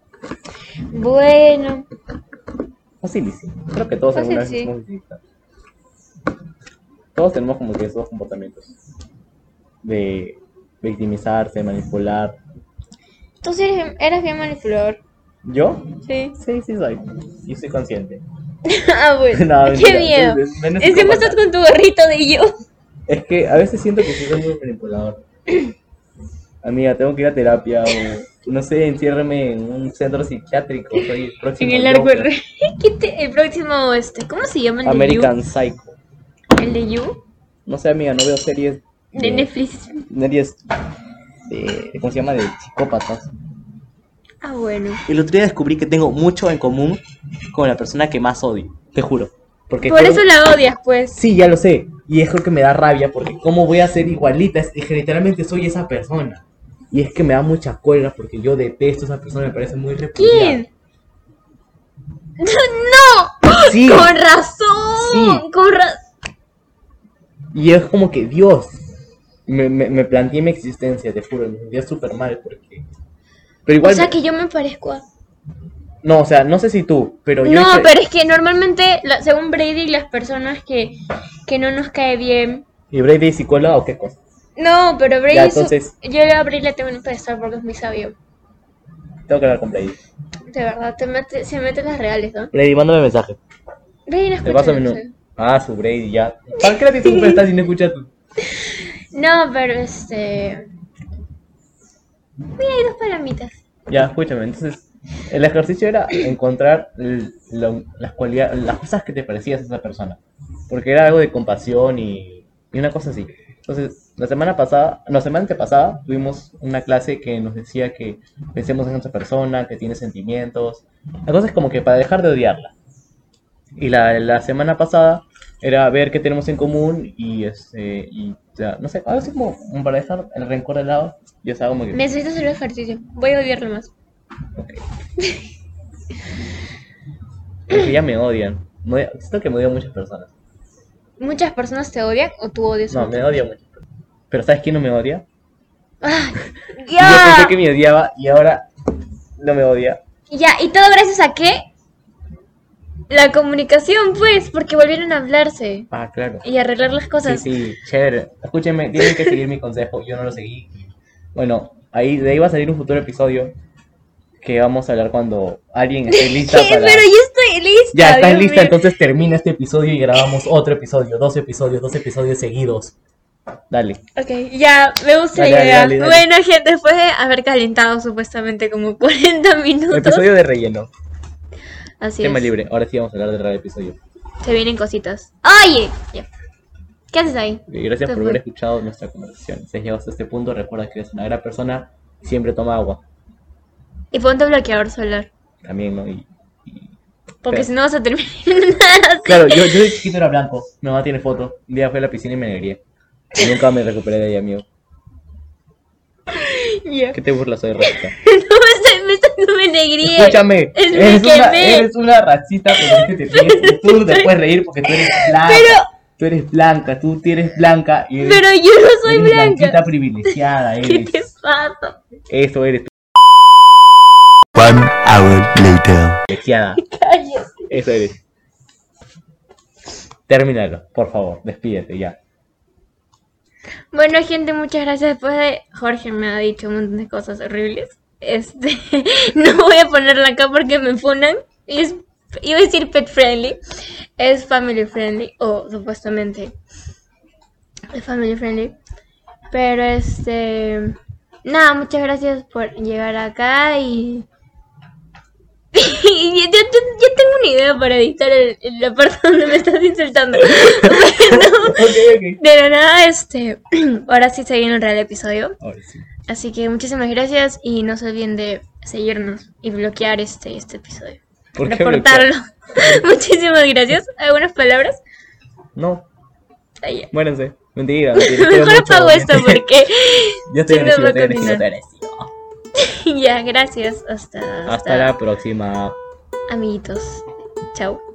[SPEAKER 1] Bueno.
[SPEAKER 2] Fácil y sí. Creo que todos
[SPEAKER 1] Fácil,
[SPEAKER 2] alguna vez
[SPEAKER 1] sí.
[SPEAKER 2] nos hemos victimizado. Todos tenemos como que esos comportamientos. De victimizarse, manipular.
[SPEAKER 1] Tú sí eres, eras bien manipulador.
[SPEAKER 2] ¿Yo?
[SPEAKER 1] Sí.
[SPEAKER 2] Sí, sí soy. Y soy consciente.
[SPEAKER 1] ah, bueno.
[SPEAKER 2] No,
[SPEAKER 1] ¡Qué
[SPEAKER 2] mentira,
[SPEAKER 1] miedo!
[SPEAKER 2] es- es- menos
[SPEAKER 1] Encima
[SPEAKER 2] psicópata.
[SPEAKER 1] estás con tu gorrito de yo.
[SPEAKER 2] Es que a veces siento que sí soy muy manipulador. Amiga, tengo que ir a terapia o no sé, enciérreme en un centro psiquiátrico. Soy el próximo
[SPEAKER 1] En el arco
[SPEAKER 2] Joker.
[SPEAKER 1] del rey. ¿Qué te- el próximo, este, ¿cómo se llama el
[SPEAKER 2] American Psycho.
[SPEAKER 1] de You? El de You,
[SPEAKER 2] No sé, amiga, no veo series.
[SPEAKER 1] de Netflix.
[SPEAKER 2] Series de. ¿Cómo se llama? De psicópatas.
[SPEAKER 1] Ah, bueno.
[SPEAKER 2] El otro día descubrí que tengo mucho en común con la persona que más odio. Te juro. Porque
[SPEAKER 1] Por
[SPEAKER 2] fueron-
[SPEAKER 1] eso la odias, pues.
[SPEAKER 2] Sí, ya lo sé. Y es lo que me da rabia porque cómo voy a ser igualita, es que literalmente soy esa persona. Y es que me da mucha cólera porque yo detesto a esa persona, me parece muy repugnante.
[SPEAKER 1] ¿Quién? ¡No!
[SPEAKER 2] Sí.
[SPEAKER 1] ¡Con razón!
[SPEAKER 2] Sí.
[SPEAKER 1] Con ra-
[SPEAKER 2] Y es como que Dios. Me, me, me planteé mi existencia, te juro, me sentía súper mal porque... Pero igual...
[SPEAKER 1] O sea que yo me parezco a...
[SPEAKER 2] No, o sea, no sé si tú, pero yo...
[SPEAKER 1] No,
[SPEAKER 2] dije-
[SPEAKER 1] pero es que normalmente, la- según Brady, las personas que, que no nos cae bien...
[SPEAKER 2] ¿Y Brady es psicóloga o qué cosa?
[SPEAKER 1] No, pero Brady...
[SPEAKER 2] Ya,
[SPEAKER 1] es su-
[SPEAKER 2] entonces-
[SPEAKER 1] Yo a Brady le tengo un pedestal porque es muy sabio.
[SPEAKER 2] Tengo que hablar con Brady.
[SPEAKER 1] De verdad, te mete- se mete las reales, ¿no?
[SPEAKER 2] Brady, mándame mensaje.
[SPEAKER 1] Brady no
[SPEAKER 2] Te
[SPEAKER 1] escucha.
[SPEAKER 2] paso mi
[SPEAKER 1] no
[SPEAKER 2] número.
[SPEAKER 1] sé.
[SPEAKER 2] Ah, su Brady, ya. ¿Para qué la tienes un pedestal si no escuchas tú?
[SPEAKER 1] No, pero este. Mira, hay dos palomitas.
[SPEAKER 2] Ya, escúchame, entonces el ejercicio era encontrar l- lo- las cualidades, las cosas que te parecías a esa persona, porque era algo de compasión y, y una cosa así. Entonces, la semana pasada, no, semana antepasada, tuvimos una clase que nos decía que pensemos en otra persona, que tiene sentimientos, la cosa es como que para dejar de odiarla. Y la, la semana pasada era ver qué tenemos en común y, este, y o sea, no sé, algo así como para dejar el rencor de lado, ya estaba como que...
[SPEAKER 1] Necesito hacer el ejercicio. Voy a odiarlo más.
[SPEAKER 2] Porque ya me odian. Me odia- siento que me odian muchas personas.
[SPEAKER 1] ¿Muchas personas te odian o tú odias a
[SPEAKER 2] No,
[SPEAKER 1] otras?
[SPEAKER 2] me odian muchas personas. Pero ¿sabes quién no me odia?
[SPEAKER 1] ¡Ah!
[SPEAKER 2] Y Yo
[SPEAKER 1] ¡Ya!
[SPEAKER 2] pensé que me odiaba y ahora no me odia.
[SPEAKER 1] Ya, ¿y todo gracias a qué? La comunicación, pues, porque volvieron a hablarse
[SPEAKER 2] Ah, claro.
[SPEAKER 1] y arreglar las
[SPEAKER 2] Sí,
[SPEAKER 1] cosas.
[SPEAKER 2] sí, chévere. Escúchenme, tienen que seguir mi consejo. Yo no lo seguí. Bueno, ahí de ahí va a salir un futuro episodio que vamos a hablar cuando alguien esté lista
[SPEAKER 1] ¿Qué?
[SPEAKER 2] para...
[SPEAKER 1] Pero yo estoy lista.
[SPEAKER 2] Ya, estás
[SPEAKER 1] Dios
[SPEAKER 2] lista,
[SPEAKER 1] mío.
[SPEAKER 2] entonces termina este episodio y grabamos otro episodio, dos episodios, dos episodios seguidos. Dale.
[SPEAKER 1] Ok, ya, me gusta
[SPEAKER 2] Dale,
[SPEAKER 1] la
[SPEAKER 2] dale,
[SPEAKER 1] idea.
[SPEAKER 2] dale, dale.
[SPEAKER 1] Bueno, gente, después de haber calentado supuestamente como 40 minutos.
[SPEAKER 2] Episodio de relleno.
[SPEAKER 1] Así
[SPEAKER 2] Tema
[SPEAKER 1] es.
[SPEAKER 2] libre. Ahora sí vamos a hablar del real episodio.
[SPEAKER 1] Se vienen cositas. ¡Oye! Ya. ¿Qué haces ahí?
[SPEAKER 2] Y Gracias
[SPEAKER 1] Te
[SPEAKER 2] por haber
[SPEAKER 1] fue.
[SPEAKER 2] escuchado nuestra conversación. Si has llegado hasta este punto, recuerda que eres una gran persona. Siempre toma agua
[SPEAKER 1] Y ponte bloqueador solar.
[SPEAKER 2] también, ¿no? Y, y-
[SPEAKER 1] Porque
[SPEAKER 2] Claro.
[SPEAKER 1] si no vas a terminar así.
[SPEAKER 2] Claro, yo, yo de chiquito era blanco. Mi mamá tiene foto. Un día fui a la piscina y me negré. Y Nunca me recuperé de ahí, amigo.
[SPEAKER 1] Ya.
[SPEAKER 2] ¿Qué te burlas hoy, racista?
[SPEAKER 1] No me estoy, me estoy, no me negrié.
[SPEAKER 2] Escúchame.
[SPEAKER 1] Es mi
[SPEAKER 2] Eres una,
[SPEAKER 1] quemé.
[SPEAKER 2] eres una racista porque te ríes. y Tú no te puedes reír porque tú eres blanca. Tú eres blanca, tú eres blanca. Y eres,
[SPEAKER 1] Pero yo no soy
[SPEAKER 2] eres
[SPEAKER 1] blanca.
[SPEAKER 2] blanquita privilegiada,
[SPEAKER 1] ¿Qué
[SPEAKER 2] eres.
[SPEAKER 1] te pasa?
[SPEAKER 2] Eso eres tú,
[SPEAKER 3] One hour later.
[SPEAKER 2] privilegiada.
[SPEAKER 1] Cállate.
[SPEAKER 2] Eso eres. Termínalo, por favor, despídete ya.
[SPEAKER 1] Bueno, gente, muchas gracias. Después de Jorge me ha dicho un montón de cosas horribles. Este, no voy a ponerla acá porque me funan. Y es, iba a decir pet friendly. Es family friendly, o supuestamente es family friendly. Pero este, nada, muchas gracias por llegar acá y. y ya, ya- ya tengo una idea para editar el- el- la parte donde me estás insultando. Pero- de la nada, este, ahora sí se viene un real episodio.
[SPEAKER 2] Ahora sí.
[SPEAKER 1] Así que muchísimas gracias y no se olviden de seguirnos y bloquear este, este episodio.
[SPEAKER 2] ¿Por qué
[SPEAKER 1] Reportarlo. muchísimas gracias. ¿Algunas palabras?
[SPEAKER 2] No,
[SPEAKER 1] Ay, ya.
[SPEAKER 2] muéranse. Mentira, mentira.
[SPEAKER 1] Mejor
[SPEAKER 2] Quiero mucho.
[SPEAKER 1] apago esto porque
[SPEAKER 2] Yo estoy
[SPEAKER 1] si no va a
[SPEAKER 2] agresivo, estoy agresivo,
[SPEAKER 1] continuar.
[SPEAKER 2] estoy agresivo.
[SPEAKER 1] ya, gracias. Hasta,
[SPEAKER 2] Hasta la próxima.
[SPEAKER 1] amiguitos. Chao.